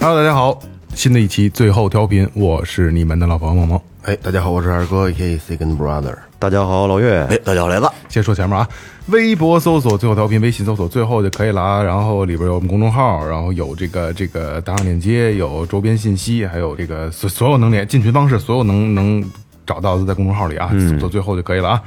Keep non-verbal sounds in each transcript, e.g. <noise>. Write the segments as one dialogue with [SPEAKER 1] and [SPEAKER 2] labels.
[SPEAKER 1] 哈喽，大家好，新的一期“最后调频”，我是你们的老朋友毛毛。
[SPEAKER 2] 哎，大家好，我是二哥，A.K.A. Second Brother。
[SPEAKER 3] 大家好，老岳，
[SPEAKER 4] 哎，大家好，来了，
[SPEAKER 1] 先说前面啊，微博搜索最后调频，微信搜索最后就可以了啊。然后里边有我们公众号，然后有这个这个打赏链接，有周边信息，还有这个所所有能连进群方式，所有能能找到的在公众号里啊，搜索最后就可以了啊。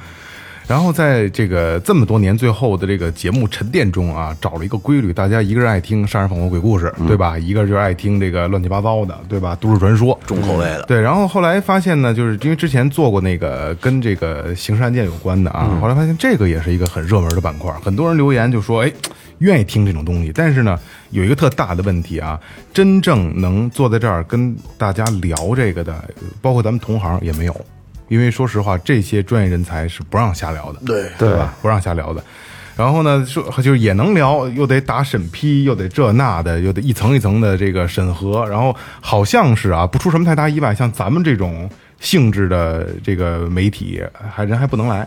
[SPEAKER 1] 然后在这个这么多年最后的这个节目沉淀中啊，找了一个规律，大家一个人爱听杀人放火鬼故事，对吧？一个就是爱听这个乱七八糟的，对吧？都市传说，
[SPEAKER 4] 重口味的，
[SPEAKER 1] 对，然后后来发现呢，就是因为之前做过那个跟这个刑事案件有关的啊，后来发现这个也是一个很热门的板块，很多人留言就说，哎，愿意听这种东西。但是呢，有一个特大的问题啊，真正能坐在这儿跟大家聊这个的，包括咱们同行也没有，因为说实话，这些专业人才是不让瞎聊的。
[SPEAKER 2] 对，
[SPEAKER 1] 对吧？不让瞎聊的。然后呢，说就是也能聊，又得打审批，又得这那的，又得一层一层的这个审核。然后好像是啊，不出什么太大意外，像咱们这种性质的这个媒体，还人还不能来，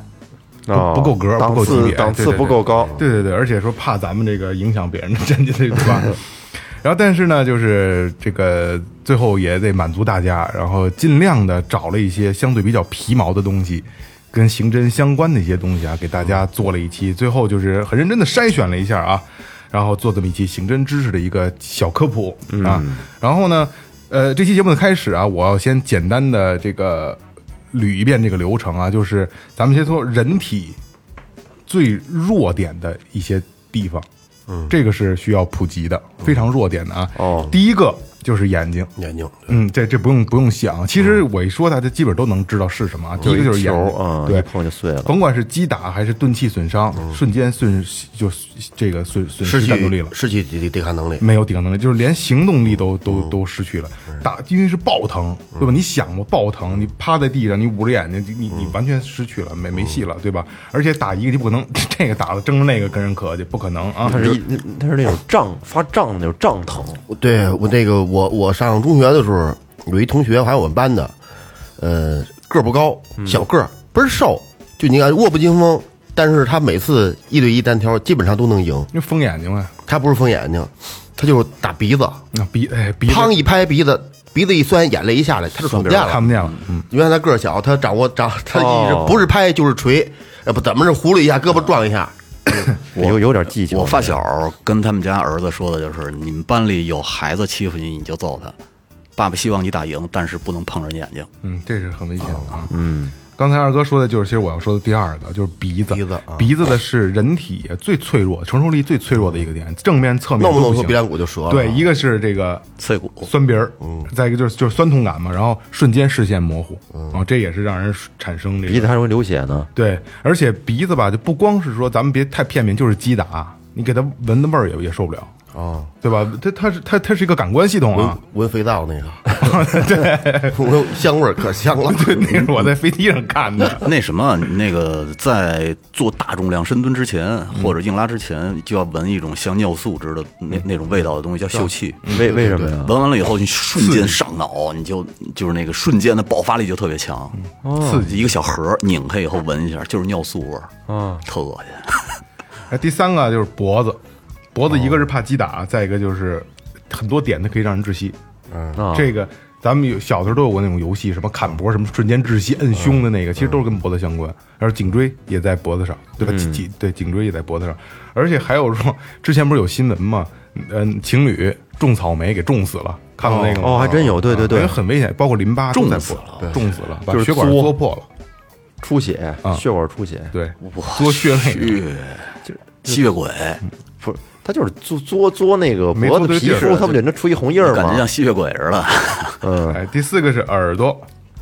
[SPEAKER 1] 不
[SPEAKER 5] 哦
[SPEAKER 1] 不够格，
[SPEAKER 5] 档
[SPEAKER 1] 不够级
[SPEAKER 5] 次
[SPEAKER 1] 别，
[SPEAKER 5] 档
[SPEAKER 1] 对
[SPEAKER 5] 次
[SPEAKER 1] 对
[SPEAKER 5] 不
[SPEAKER 1] 对
[SPEAKER 5] 够高
[SPEAKER 1] 对对对，而且说怕咱们这个影响别人的战绩，对吧？ <laughs> 然后，但是呢，就是这个最后也得满足大家，然后尽量的找了一些相对比较皮毛的东西，跟刑侦相关的一些东西啊，给大家做了一期。最后就是很认真的筛选了一下啊，然后做这么一期刑侦知识的一个小科普啊。然后呢，呃，这期节目的开始啊，我要先简单的这个捋一遍这个流程啊，就是咱们先说人体最弱点的一些地方，嗯，这个是需要普及的，非常弱点的啊。
[SPEAKER 5] 嗯哦
[SPEAKER 1] 第一个就是眼睛，
[SPEAKER 2] 眼睛，
[SPEAKER 1] 嗯，这这不用不用想，其实我一说大家基本都能知道是什么啊。第一个就是眼
[SPEAKER 5] 球
[SPEAKER 1] 睛，
[SPEAKER 5] 啊，
[SPEAKER 1] 对
[SPEAKER 5] 嗯一，碰就嗯碎了。
[SPEAKER 1] 甭管是击打还是钝器损伤，瞬间损就这个损损
[SPEAKER 2] 失
[SPEAKER 1] 失
[SPEAKER 2] 去
[SPEAKER 1] 战斗力了。
[SPEAKER 2] 失去抵抵抗能力。
[SPEAKER 1] 没有抵抗能力，就是连行动力
[SPEAKER 2] 哦
[SPEAKER 1] 都都都失去了。打因为是爆疼，
[SPEAKER 2] 嗯
[SPEAKER 1] 对吧？你想吧，爆疼，你趴在地上，你捂着眼睛，你
[SPEAKER 2] 嗯
[SPEAKER 1] 你你完全失去了，没没戏了，对吧？而且打一个你不可能 <laughs> 这个打了争着那个跟人磕去，不可能啊！
[SPEAKER 5] 它是一那它是那种
[SPEAKER 1] 嗯
[SPEAKER 5] 胀发胀的那种胀疼，
[SPEAKER 2] 我对我那个我我上中学的时候，有一同学，还有我们班的，呃，个儿不高，
[SPEAKER 1] 嗯
[SPEAKER 2] 小个儿倍儿瘦，就你看弱不禁风，但是他每次一对一单挑，基本上都能赢。
[SPEAKER 1] 因为疯眼睛嘛，
[SPEAKER 2] 他不是疯眼睛，他就是打鼻子，
[SPEAKER 1] 那鼻哎鼻子
[SPEAKER 2] 砰一拍鼻子，鼻子一酸，眼泪一下来，他就看不见了
[SPEAKER 1] 看。不见了，嗯，
[SPEAKER 2] 因为他个儿小，他掌握掌他一直
[SPEAKER 5] 哦
[SPEAKER 2] 不是拍就是锤，呃不怎么是葫芦一下，胳膊撞一下，
[SPEAKER 5] 有有点技巧。
[SPEAKER 4] 我发小跟他们家儿子说的就是，你们班里有孩子欺负你，你就揍他。爸爸希望你打赢，但是不能碰人眼睛。
[SPEAKER 1] 嗯，这是很危险的
[SPEAKER 2] 哦
[SPEAKER 1] 啊。嗯，刚才二哥说的就是，其实我要说的第二个就是鼻子，
[SPEAKER 2] 鼻子啊
[SPEAKER 1] 鼻子的是人体最脆弱、承受力最脆弱的一个点，正面、侧面
[SPEAKER 2] 弄不
[SPEAKER 1] 都
[SPEAKER 2] 弄
[SPEAKER 1] 行
[SPEAKER 2] 出鼻梁骨就折了。啊
[SPEAKER 1] 对，一个是这个
[SPEAKER 4] 脆骨
[SPEAKER 1] 酸鼻儿，
[SPEAKER 5] 嗯
[SPEAKER 1] 再一个就是就是酸痛感嘛，然后瞬间视线模糊，然后这也是让人产生这
[SPEAKER 5] 鼻子
[SPEAKER 1] 个
[SPEAKER 5] 还容易流血呢。
[SPEAKER 1] 对，而且鼻子吧，就不光是说咱们别太片面，就是击打，你给它闻的味儿也也受不了，
[SPEAKER 2] 啊，
[SPEAKER 1] 对吧？它它是它它是一个感官系统啊
[SPEAKER 5] 嗯
[SPEAKER 2] 闻，闻肥皂那个，
[SPEAKER 1] <laughs>
[SPEAKER 2] 对， <laughs> 闻香味儿可香了。
[SPEAKER 1] 对， <laughs> 那是我在飞机上看的，
[SPEAKER 4] 那什么，那个在做大重量深蹲之前或者硬拉之前，就要闻一种像尿素之的那那种味道的东西，叫嗅气。
[SPEAKER 5] 为为什么呀？
[SPEAKER 4] 闻完了以后，你瞬间上脑，你就就是那个瞬间的爆发力就特别强，刺激一个小盒拧开以后闻一下，就是尿素味儿，
[SPEAKER 5] 啊，
[SPEAKER 4] 特恶心。
[SPEAKER 1] 哎，第三个就是脖子，脖子一个是怕击打，再一个就是很多点它可以让人窒息。
[SPEAKER 5] 啊
[SPEAKER 1] 这个咱们有小的时候都有过那种游戏，什么砍脖，什么瞬间窒息、摁胸的
[SPEAKER 5] 嗯
[SPEAKER 1] 那个，其实都是跟脖子相关。然后颈椎也在脖子上，对吧？颈颈对颈椎也在脖子上，而且还有说， <laughs> 之前不是有新闻吗？嗯，情侣种草莓给种死了，看到那个吗？
[SPEAKER 5] 哦，还真有，对对
[SPEAKER 1] 因为
[SPEAKER 5] 对，
[SPEAKER 1] 很危险，包括淋巴都在脖
[SPEAKER 4] 种
[SPEAKER 1] 子
[SPEAKER 4] 死
[SPEAKER 1] 种死了，把
[SPEAKER 5] 就是
[SPEAKER 1] 血管
[SPEAKER 5] 作
[SPEAKER 1] 戳破了，
[SPEAKER 5] 出血，
[SPEAKER 1] 啊
[SPEAKER 5] 血管出血，
[SPEAKER 1] 对，多血泪。
[SPEAKER 4] 吸血鬼，
[SPEAKER 5] 不是，他就是嘬嘬嘬那个
[SPEAKER 1] 没
[SPEAKER 5] 脖
[SPEAKER 1] 嘬
[SPEAKER 5] 子
[SPEAKER 1] 对
[SPEAKER 5] 皮
[SPEAKER 1] 劲儿
[SPEAKER 5] 肤，他不得那出一红印儿
[SPEAKER 4] 感觉像
[SPEAKER 5] 吗？
[SPEAKER 4] 吸血鬼似的。
[SPEAKER 1] 哎，第四个是耳朵，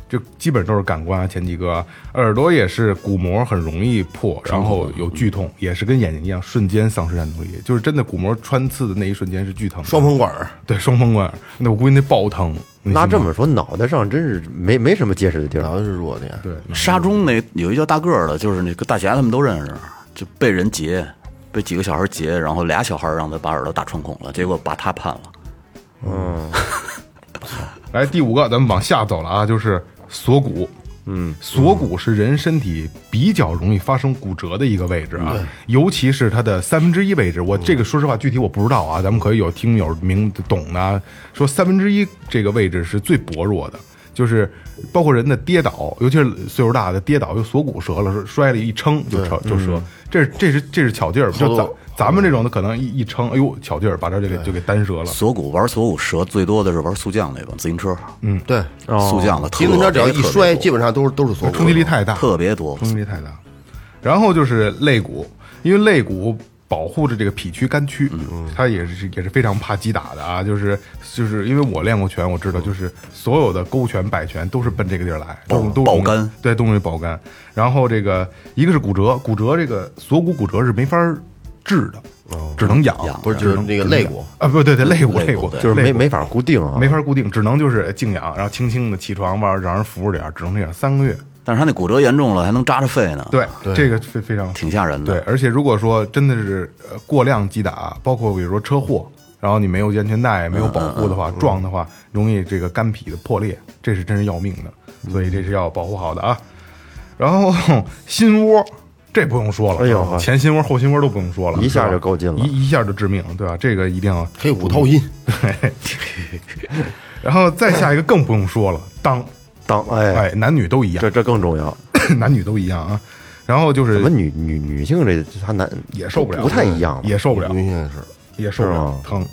[SPEAKER 1] 就基本都是感官啊，前几个耳朵也是鼓膜很容易破，然后有剧痛，也是跟眼睛一样，瞬间丧失战斗力，就是真的鼓膜穿刺的那一瞬间是巨疼的，
[SPEAKER 2] 双峰管儿，
[SPEAKER 1] 对双峰管，那我估计那爆疼。你
[SPEAKER 5] 那
[SPEAKER 1] 信
[SPEAKER 5] 这
[SPEAKER 1] 吗
[SPEAKER 5] 么说，脑袋上真是没没什么结实的地儿。
[SPEAKER 2] 好
[SPEAKER 5] 啊
[SPEAKER 2] 像是弱点。
[SPEAKER 1] 对，
[SPEAKER 4] 沙中那有一叫大个儿的，就是那个大侠他们都认识，就被人劫，被几个小孩劫，然后俩小孩让他把耳朵打穿孔了，结果把他判了。
[SPEAKER 1] 来第五个，咱们往下走了啊，就是锁骨。嗯，锁骨是人身体比较容易发生骨折的一个位置啊，尤其是它的三分之一位置。我这个说实话，具体我不知道啊，咱们可以有听友明懂的、啊、说，三分之一这个位置是最薄弱的，就是包括人的跌倒，尤其是岁数大的跌倒，就锁骨折了，摔了一撑就折就折，这是这是这是巧劲儿，就咱咱们这种的可能一一撑，哎呦巧劲儿把这儿就给就给单折了。
[SPEAKER 4] 锁骨玩锁骨折最多的是玩速降那个自行车，嗯，
[SPEAKER 2] 对，
[SPEAKER 1] 哦
[SPEAKER 4] 速降的特
[SPEAKER 2] 骑自
[SPEAKER 4] 别
[SPEAKER 2] 行车只要一
[SPEAKER 4] 特
[SPEAKER 2] 摔，
[SPEAKER 4] 别多
[SPEAKER 2] 基本上都是都是锁骨。
[SPEAKER 1] 冲击力太大，
[SPEAKER 4] 特别多。
[SPEAKER 1] 冲击力太大。然后就是肋骨，因为肋骨保护着这个脾区、肝区，它也是也是非常怕击打的啊。就是就是因为我练过拳，我知道，就是所有的勾拳、摆拳都是奔这个地儿来，
[SPEAKER 4] 保
[SPEAKER 1] 都都
[SPEAKER 4] 保肝，
[SPEAKER 1] 对，都容易保肝。然后这个一个是骨折，骨折这个锁骨骨折是没法治的，只能哦养，
[SPEAKER 2] 不是就是那个肋骨，
[SPEAKER 1] 啊，不对对，肋骨肋
[SPEAKER 4] 肋
[SPEAKER 1] 骨
[SPEAKER 4] 骨对
[SPEAKER 5] 就是
[SPEAKER 1] 肋
[SPEAKER 5] 没
[SPEAKER 1] 骨
[SPEAKER 5] 没法固定啊，
[SPEAKER 1] 啊没法固定，只能就是静养，然后轻轻的起床吧，让人扶着点儿，只能这样，三个月。
[SPEAKER 4] 但是他那骨折严重了，还能扎着肺呢，，
[SPEAKER 1] 啊对，这个非非常
[SPEAKER 4] 挺吓人
[SPEAKER 1] 对
[SPEAKER 4] 的。，
[SPEAKER 1] 而且如果说真的是呃过量击打，包括比如说车祸，然后你没有系安全带、没有保护
[SPEAKER 5] 嗯
[SPEAKER 1] 的话，撞的话，容易这个肝脾的破裂，这是真是要命
[SPEAKER 5] 嗯
[SPEAKER 1] 的，所以这是要保护好的啊。然后心窝，这不用说了，
[SPEAKER 5] 哎呦呵
[SPEAKER 1] 前心窝、后心窝都不用说了，
[SPEAKER 5] 一下
[SPEAKER 1] 是吧
[SPEAKER 5] 就够劲了
[SPEAKER 1] 一一下就致命，对吧？这个一定要。
[SPEAKER 2] 黑骨掏心，
[SPEAKER 1] 然后再下一个更不用说了，裆，
[SPEAKER 5] 当哎，
[SPEAKER 1] 哎，男女都一样
[SPEAKER 5] 这，这更重要。
[SPEAKER 1] <laughs> 男女都一样啊。然后就
[SPEAKER 5] 怎
[SPEAKER 1] 是
[SPEAKER 5] 么女女女性这她男
[SPEAKER 1] 也受不了，
[SPEAKER 5] 不太一样吧，
[SPEAKER 1] 也受不了，
[SPEAKER 2] 明显是
[SPEAKER 1] 也受不
[SPEAKER 5] 是
[SPEAKER 1] 了
[SPEAKER 5] 吗
[SPEAKER 1] 疼。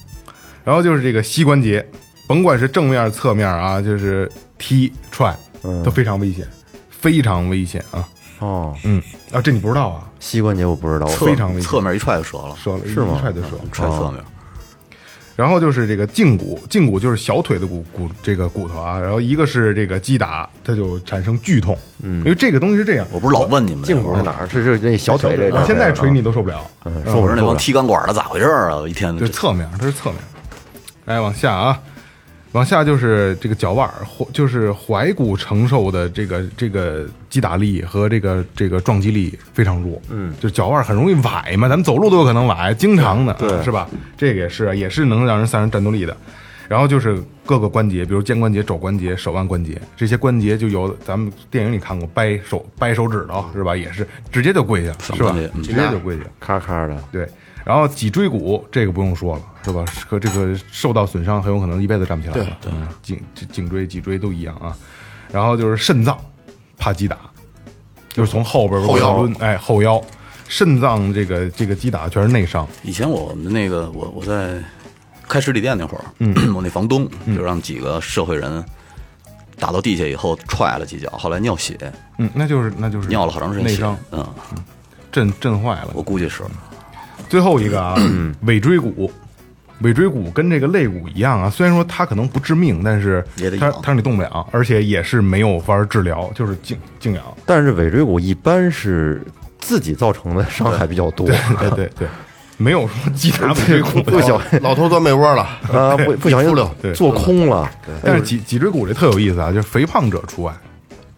[SPEAKER 1] 然后就是这个膝关节，甭管是正面、侧面啊，就是踢、踹，
[SPEAKER 5] 嗯
[SPEAKER 1] 都非常危险，非常危险啊！
[SPEAKER 5] 哦。
[SPEAKER 1] 嗯啊，这你不知道啊？
[SPEAKER 5] 膝关节我不知道，我
[SPEAKER 4] 侧
[SPEAKER 1] 非常危险哦
[SPEAKER 4] 侧面一踹就折了，
[SPEAKER 1] 说了
[SPEAKER 5] 是吗嗯
[SPEAKER 1] 一踹就折。
[SPEAKER 4] 踹侧面。
[SPEAKER 1] 然后就是这个胫骨，胫骨就是小腿的骨骨这个骨头啊。然后一个是这个击打，它就产生剧痛，嗯，因为这个东西是这样，
[SPEAKER 4] 我不是老问你们
[SPEAKER 5] 胫骨
[SPEAKER 1] 哦
[SPEAKER 5] 是
[SPEAKER 4] 吗
[SPEAKER 5] 哪儿？是是那小腿这
[SPEAKER 1] 我
[SPEAKER 5] 个。啊
[SPEAKER 1] 现在捶你都受不了，
[SPEAKER 5] 嗯，
[SPEAKER 4] 说
[SPEAKER 5] 说
[SPEAKER 4] 我说
[SPEAKER 5] 我说
[SPEAKER 4] 那
[SPEAKER 5] 那
[SPEAKER 4] 帮
[SPEAKER 5] 帮
[SPEAKER 4] 踢钢管的咋回事儿啊？我一天
[SPEAKER 1] 就是侧面，它是侧面。来往下啊，往下就是这个脚腕儿，或就是踝骨承受的这个这个击打力和这个这个撞击力非常弱，嗯，就脚腕儿很容易崴嘛，咱们走路都有可能崴，经常的，啊对，是吧？这个也是也是能让人丧失战斗力的。然后就是各个关节，比如肩关节、肘关节、手腕关节，这些关节就有咱们电影里看过掰手掰手指头是吧？也是直接就跪下是
[SPEAKER 4] 嗯
[SPEAKER 1] 吧
[SPEAKER 4] 关节？嗯
[SPEAKER 1] 直接就跪下。
[SPEAKER 5] 咔咔的，
[SPEAKER 1] 对，然后脊椎骨这个不用说了，是吧？和这个受到损伤，很有可能一辈子站不起来了。对，颈这颈椎、脊椎都一样啊。然后就是肾脏，怕击打，就是从后边儿
[SPEAKER 2] 后腰
[SPEAKER 1] 抡，哎，后腰，肾脏这个这个击打全是内伤。
[SPEAKER 4] 以前我们那个我我在开实体店那会儿， <clears throat> 我那房东就让几个社会人打到地下以后踹了几脚，后来尿血，
[SPEAKER 1] 嗯，那就是那就是
[SPEAKER 4] 尿了好长时间
[SPEAKER 1] 内
[SPEAKER 4] 血
[SPEAKER 1] 伤，
[SPEAKER 4] 嗯，
[SPEAKER 1] 震震坏了
[SPEAKER 4] 我。估计是
[SPEAKER 1] 最后一个啊，
[SPEAKER 4] 嗯
[SPEAKER 1] 尾椎骨，尾椎骨跟这个肋骨一样啊，虽然说它可能不致命，但是
[SPEAKER 4] 也得
[SPEAKER 1] 它
[SPEAKER 4] 养
[SPEAKER 1] 它让你动不了，而且也是没有法儿治疗，就是静静养。
[SPEAKER 5] 但是尾椎骨一般是自己造成的伤害比较多，
[SPEAKER 1] 对哎对对，没有说
[SPEAKER 5] <laughs>
[SPEAKER 1] 击打尾椎骨
[SPEAKER 5] 不小心
[SPEAKER 2] 老头钻被窝了，
[SPEAKER 5] 啊，不不小
[SPEAKER 2] 出溜
[SPEAKER 5] 心做空了，
[SPEAKER 1] 但是脊脊椎骨这特有意思啊，就是肥胖者除外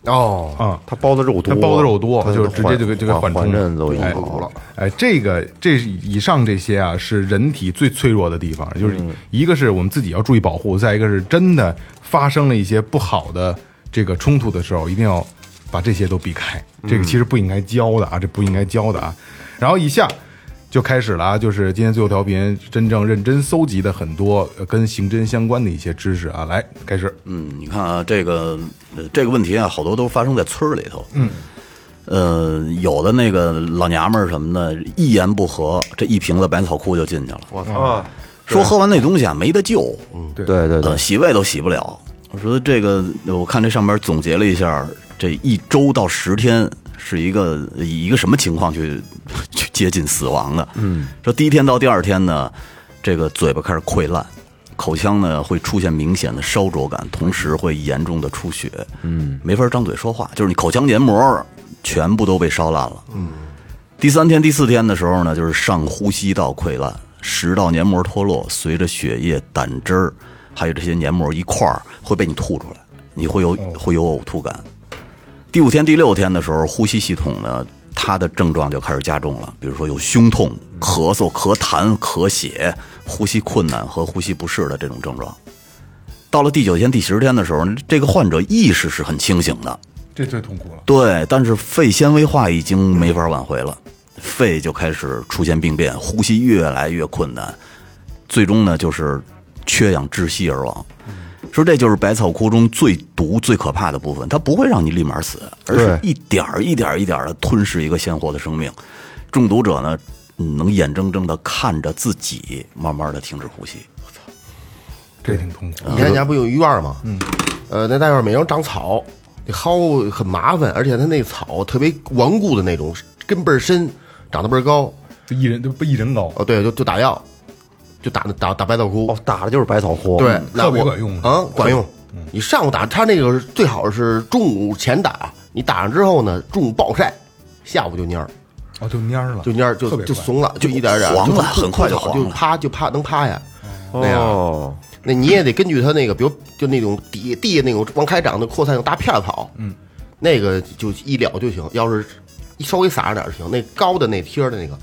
[SPEAKER 2] 哦，
[SPEAKER 1] 啊。
[SPEAKER 5] 它包的肉多，
[SPEAKER 1] 它包的肉多，
[SPEAKER 5] 它
[SPEAKER 1] 就直接就给就给
[SPEAKER 5] 缓
[SPEAKER 1] 冲
[SPEAKER 5] 缓震走
[SPEAKER 1] 哎
[SPEAKER 5] 了。
[SPEAKER 1] 哎，这个这是以上这些啊，是人体最脆弱的地方，就是
[SPEAKER 5] 嗯
[SPEAKER 1] 一个是我们自己要注意保护，再一个是真的发生了一些不好的这个冲突的时候，一定要把这些都避开。这
[SPEAKER 5] 嗯
[SPEAKER 1] 个其实不应该教的啊，这不应该教的啊。然后以下就开始了啊，就是今天最后调频真正认真搜集的很多呃跟刑侦相关的一些知识啊，来开始。
[SPEAKER 4] 嗯，你看啊，这个呃这个问题啊，好多都发生在村儿里头。嗯，呃，有的那个老娘们儿什么的，一言不合，这一瓶子百草枯就进去了。
[SPEAKER 5] 我操！
[SPEAKER 4] 说喝完那东西啊，没得救，嗯，
[SPEAKER 5] 对对对
[SPEAKER 4] 呃，，洗胃都洗不了。我说这个，我看这上面总结了一下，这一周到十天是一个以一个什么情况去 <laughs> 去接近死亡的？嗯，说第一天到第二天呢，这个嘴巴开始溃烂，口腔呢会出现明显的烧灼感，同时会严重的出血，嗯，没法张嘴说话，就是你口腔黏膜全部都被烧烂了，嗯。第三天、第四天的时候呢，就是上呼吸道溃烂，食道黏膜脱落，随着血液、胆汁儿，还有这些黏膜一块儿会被你吐出来，你会有会有呕吐感。第五天、第六天的时候，呼吸系统呢，它的症状就开始加重了，比如说有胸痛、咳嗽、咳痰、咳血、呼吸困难和呼吸不适的这种症状。到了第九天、第十天的时候，这个患者意识是很清醒的，
[SPEAKER 1] 这最痛苦了。
[SPEAKER 4] 对，但是肺纤维化已经没法挽回了，肺就开始出现病变，呼吸越来越困难，最终呢就是缺氧窒息而亡。说这就是百草枯中最毒、最可怕的部分，它不会让你立马死，而是一点儿一点儿一点的吞噬一个鲜活的生命。中毒者呢，嗯能眼睁睁的看着自己慢慢的停止呼吸。
[SPEAKER 1] 这挺痛苦。
[SPEAKER 2] 以前人家不有医院吗？嗯，呃，那大院每人长草，你薅很麻烦，而且它那草特别顽固的那种，根倍儿深，长得倍儿高。
[SPEAKER 1] 这一人都不一人高，
[SPEAKER 2] 哦，对，就就打药，就打打打百草枯。
[SPEAKER 5] 哦，打的就是百草枯。
[SPEAKER 2] 对，那
[SPEAKER 1] 特别
[SPEAKER 2] 我
[SPEAKER 1] 管用
[SPEAKER 2] 啊，管用。你上午打，它那个最好是中午前打，你打上之后呢，中午暴晒，下午就蔫儿，
[SPEAKER 1] 哦，就蔫儿了，
[SPEAKER 2] 就蔫儿，就
[SPEAKER 1] 特别
[SPEAKER 2] 就
[SPEAKER 1] 快
[SPEAKER 2] 怂了，就一点点
[SPEAKER 4] 黄了
[SPEAKER 2] 就
[SPEAKER 4] 很快就
[SPEAKER 2] 就
[SPEAKER 4] 黄了
[SPEAKER 2] 就趴就趴能趴下。那样
[SPEAKER 5] 哦，
[SPEAKER 2] 那你也得根据它那个，比如就那种底地那种往开长的扩散的大片草，嗯，那个就一了就行。要是一稍微撒上点儿就行。那高的那贴儿的那个，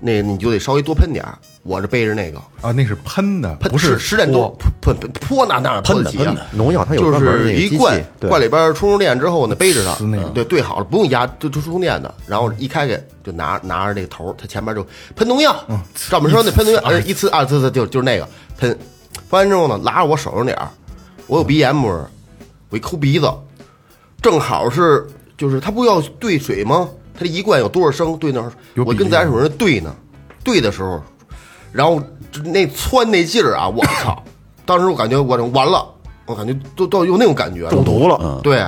[SPEAKER 2] 那你就得稍微多喷点儿。我是背着那个，
[SPEAKER 1] 啊，那是喷的，
[SPEAKER 2] 喷
[SPEAKER 1] 不是
[SPEAKER 2] 十点多喷喷泼那那
[SPEAKER 4] 喷的
[SPEAKER 2] 起啊
[SPEAKER 4] 喷的
[SPEAKER 5] 农药它有
[SPEAKER 2] 就
[SPEAKER 5] 专门
[SPEAKER 2] 是
[SPEAKER 5] 那个
[SPEAKER 2] 一
[SPEAKER 5] 机器
[SPEAKER 2] 罐
[SPEAKER 5] 对
[SPEAKER 2] 罐里边充充电之后呢，背着它嗯
[SPEAKER 1] 呲那个，
[SPEAKER 2] 对对好了，不用压，就就充电的。然后一开开就拿拿着那个头儿，它前面就喷农药，
[SPEAKER 1] 嗯
[SPEAKER 2] 照我们说那喷农药，呃一次二次次就就是那个喷，喷完之后呢，拉着我手上点儿，我有鼻炎不是，我一抠鼻子，正好是就是它不要兑水吗？它这一罐有多少升？兑那儿
[SPEAKER 1] 有
[SPEAKER 2] 我
[SPEAKER 1] 比
[SPEAKER 2] 跟
[SPEAKER 1] 例
[SPEAKER 2] 自来水那儿兑呢，兑的时候，然后就那窜那劲儿啊，我操！当时我感觉我完了，我感觉都都有那种感觉了，
[SPEAKER 5] 中毒了。
[SPEAKER 2] 对，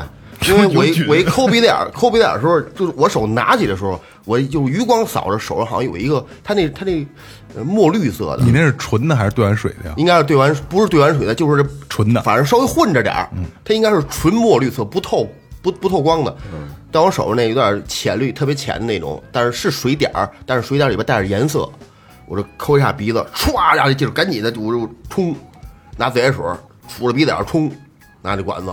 [SPEAKER 2] 因为我
[SPEAKER 1] 有菌
[SPEAKER 2] 一我一抠鼻眼儿，抠鼻眼儿的时候，就是我手拿起的时候，我就余光扫着手上好像有一个，它那它那呃墨绿色的
[SPEAKER 1] 你，那是纯的还是兑完水的呀？
[SPEAKER 2] 应该是兑完不是兑完水的，就是这
[SPEAKER 1] 纯的
[SPEAKER 2] 反正稍微混着点儿，它应该是纯墨绿色，不透不不透光的。但我手上那有点浅绿，特别浅的那种，但是是水点儿，但是水点儿里边带着颜色。我这抠一下鼻子，歘一下这劲儿，赶紧的，我就冲，拿自来水杵着鼻子眼儿冲，拿这管子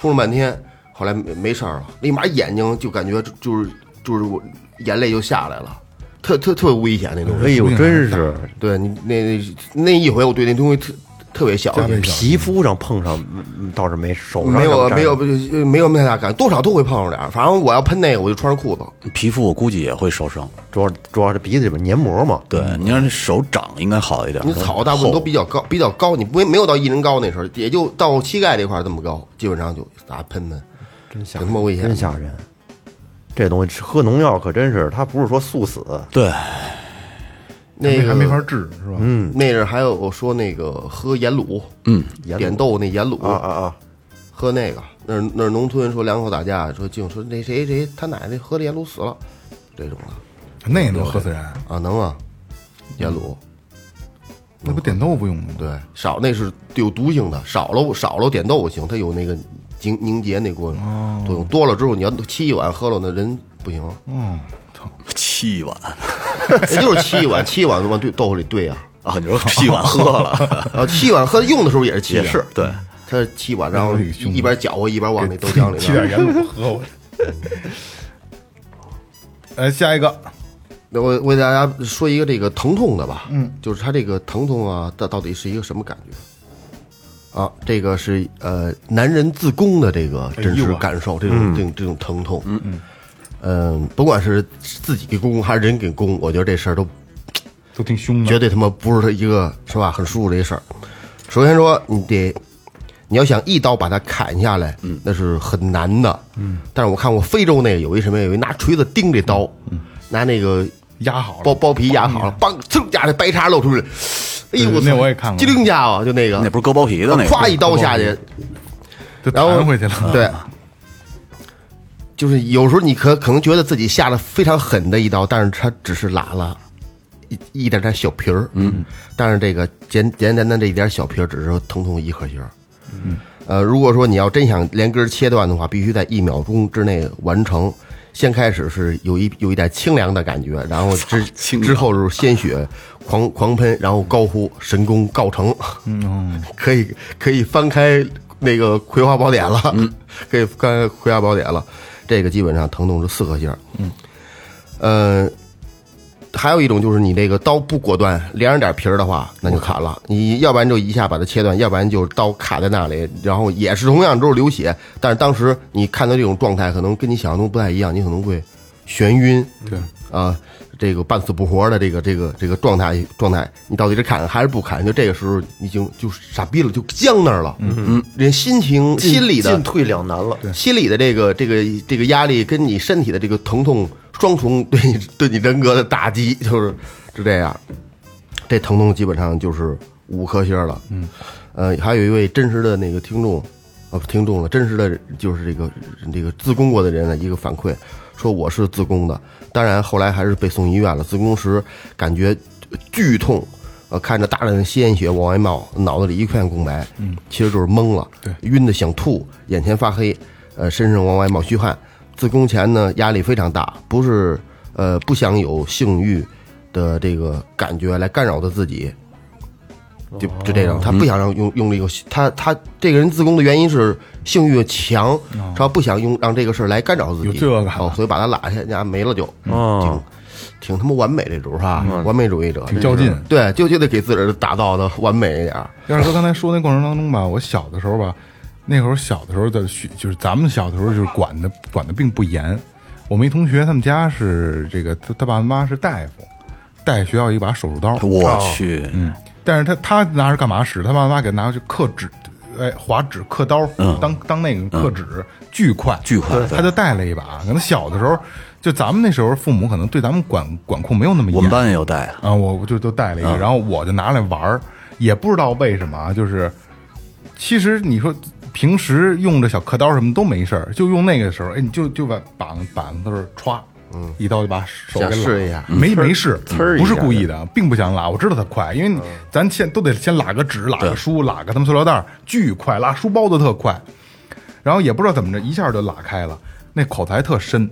[SPEAKER 2] 冲了半天，后来没没事儿了，立马眼睛就感觉就就是就是我眼泪就下来了，特特特危险那东西。
[SPEAKER 5] 哎呦，真是
[SPEAKER 2] 对你那那那一回，我对那东西特特别小
[SPEAKER 1] 加倍
[SPEAKER 2] 心，
[SPEAKER 5] 皮肤上碰上嗯嗯倒是没，手上
[SPEAKER 2] 没有
[SPEAKER 5] 上
[SPEAKER 2] 没有没有太大感，多少都会碰上点儿。反正我要喷那个，我就穿上裤子。
[SPEAKER 4] 皮肤我估计也会烧伤，
[SPEAKER 5] 主要主要是鼻子里边黏膜嘛。
[SPEAKER 4] 对，你让这手长应该好一点。
[SPEAKER 2] 嗯你草大部分都
[SPEAKER 4] 厚
[SPEAKER 2] 比较高，比较高，你没没有到一人高那时候，也就到膝盖这块儿这么高，基本上就咋喷喷，
[SPEAKER 5] 真吓
[SPEAKER 2] 挺他妈危险
[SPEAKER 5] 真吓人。这东西吃喝农药可真是，它不是说速死，
[SPEAKER 4] 对，
[SPEAKER 2] 那个
[SPEAKER 1] 还没法治是吧？嗯，
[SPEAKER 2] 那阵儿还有我说那个喝盐卤，
[SPEAKER 4] 嗯，
[SPEAKER 5] 盐
[SPEAKER 2] 点豆那盐
[SPEAKER 5] 啊
[SPEAKER 2] 卤，
[SPEAKER 5] 啊啊！
[SPEAKER 2] 喝那个那儿那儿农村说两口打架，说净说那谁谁他奶奶喝的盐卤死了，这种的
[SPEAKER 1] 那也能喝死人，
[SPEAKER 2] 啊能啊，盐卤
[SPEAKER 1] 那不点豆腐用的吗？
[SPEAKER 2] 对少那是有毒性的，少了少了点豆腐行，它有那个凝凝结那过
[SPEAKER 4] 哦
[SPEAKER 2] 作用，多了之后你要沏一碗喝了那人不行， <laughs>
[SPEAKER 1] 嗯，操，
[SPEAKER 4] 七碗
[SPEAKER 2] 那就是沏一碗沏一碗往对豆腐里兑啊，
[SPEAKER 4] 啊，你说七碗喝 <laughs> 了
[SPEAKER 2] 然后沏一碗喝用的时候也是沏
[SPEAKER 4] 也
[SPEAKER 2] 啊，
[SPEAKER 4] 是哎对。
[SPEAKER 2] 它是沏一碗，然后一边搅和一边往那豆浆里
[SPEAKER 1] 沏点
[SPEAKER 2] 弄。
[SPEAKER 1] 盐卤喝我。 <laughs> 呃，下一个，
[SPEAKER 2] 那我为大家说一个这个疼痛的吧，嗯，就是它这个疼痛啊，到到底是一个什么感觉？啊，这个是呃男人自宫的这个真
[SPEAKER 1] 哎
[SPEAKER 2] 实
[SPEAKER 1] 呦啊
[SPEAKER 2] 感受，这种这种这种疼痛，嗯嗯，嗯，甭管是自己给宫还是人给宫，我觉得这事儿都
[SPEAKER 1] 都挺凶的，
[SPEAKER 2] 绝对他妈不是他一个是吧？很舒服的一事儿。首先说，你得你要想一刀把它砍下来，嗯，那是很难的，嗯。但是我看过非洲那个有一什么，有一拿锤子钉这刀，拿那个
[SPEAKER 1] 压好了，
[SPEAKER 2] 包包皮压好了，梆，噌家那白叉露出来，哎
[SPEAKER 1] 嗯对
[SPEAKER 2] 呦我操
[SPEAKER 1] 那我也看过
[SPEAKER 2] 机灵家伙就那个，
[SPEAKER 4] 那不是割包皮的那个，
[SPEAKER 2] 咵一刀下去，
[SPEAKER 1] 就
[SPEAKER 2] 然后
[SPEAKER 1] 弹回去了。 <laughs>
[SPEAKER 4] 嗯
[SPEAKER 2] 对，就是有时候你可可能觉得自己下了非常狠的一刀，但是它只是拉了一一点点小皮儿，嗯，但是这个简简单单这一点小皮儿，只是疼痛一颗星，嗯，呃，如果说你要真想连根儿切断的话，必须在一秒钟之内完成。先开始是有一有一点清凉的感觉，然后 <laughs> 之
[SPEAKER 4] 清凉
[SPEAKER 2] 之后就是鲜血狂狂喷，然后高呼神功告成，嗯， <laughs> 可以可以翻开那个《葵花宝典》了， <laughs> 可以翻开《葵花宝典》了。这个基本上疼痛是四颗星，嗯，呃，还有一种就是你这个刀不果断，连着点皮儿的话，那就砍了。你要不然就一下把它切断，要不然就刀卡在那里，然后也是同样都是流血，但是当时你看到这种状态，可能跟你想象中不太一样，你可能会眩晕，对啊，这个半死不活的这个这个这个状态状态，你到底是砍还是不砍？就这个时候已经就傻逼了，就僵那儿了，嗯嗯，连心情心理的
[SPEAKER 5] 进退两难了。
[SPEAKER 2] 心理的这个这个这个压力跟你身体的这个疼痛双重 <laughs> 对你对你人格的打击，就是是这样。这疼痛基本上就是五颗星了。嗯，呃，还有一位真实的那个听众，啊，不听众了，真实的就是这个这个自宫过的人的一个反馈，说我是自宫的，当然后来还是被送医院了。自宫时感觉剧痛。呃，看着大量的鲜血往外冒，脑子里一片空白，嗯，其实就是懵了，对，晕的想吐，眼前发黑，呃，身上往外冒虚汗。自宫前呢，压力非常大，不是呃不想有性欲的这个感觉来干扰他自己，就就这种，他不想让用用这个，他他这个人自宫的原因是性欲强，他不想用让这个事儿来干扰自己，
[SPEAKER 1] 有罪恶感
[SPEAKER 2] 哦，所以把他拉下，家没了就，
[SPEAKER 5] 哦
[SPEAKER 2] 挺挺他妈完美这主哈，
[SPEAKER 4] 嗯
[SPEAKER 2] 完美主义者，
[SPEAKER 1] 挺较劲
[SPEAKER 2] 对，就就得给自个儿打造的完美一点儿，
[SPEAKER 1] 燕儿哥刚才说那过程当中吧，我小的时候吧，那会儿小的时候的学，就是咱们小的时候就是管的管的并不严。我们一同学他们家是这个，他他爸妈是大夫，带学校一把手术刀，
[SPEAKER 4] 我去，嗯
[SPEAKER 1] 但是他他拿着干嘛使？他爸妈给拿去刻纸，哎，划纸刻刀，当当那个刻纸，巨快
[SPEAKER 4] 嗯巨快对
[SPEAKER 1] 他就带了一把。可能小的时候，就咱们那时候父母可能对咱们管管控没有那么严，
[SPEAKER 4] 我们班也有带啊，
[SPEAKER 1] 啊，我我就都带了一
[SPEAKER 5] 嗯
[SPEAKER 1] 个，然后我就拿来玩儿，也不知道为什么啊，就是其实你说平时用着小刻刀什么都没事儿，就用那个时候，哎，你就就把板板子歘，嗯，一刀就把手给
[SPEAKER 2] 想
[SPEAKER 1] 拉
[SPEAKER 2] 试一下
[SPEAKER 1] 没没事，
[SPEAKER 5] 嗯呲儿一
[SPEAKER 1] 不是
[SPEAKER 5] 下嗯
[SPEAKER 1] 故意的，并不想拉，我知道它快，因为你咱先都得先拉个纸，拉个书，拉个他们塑料袋儿，巨快，拉书包都特快，然后也不知道怎么着，一下就拉开了，那口子还特深，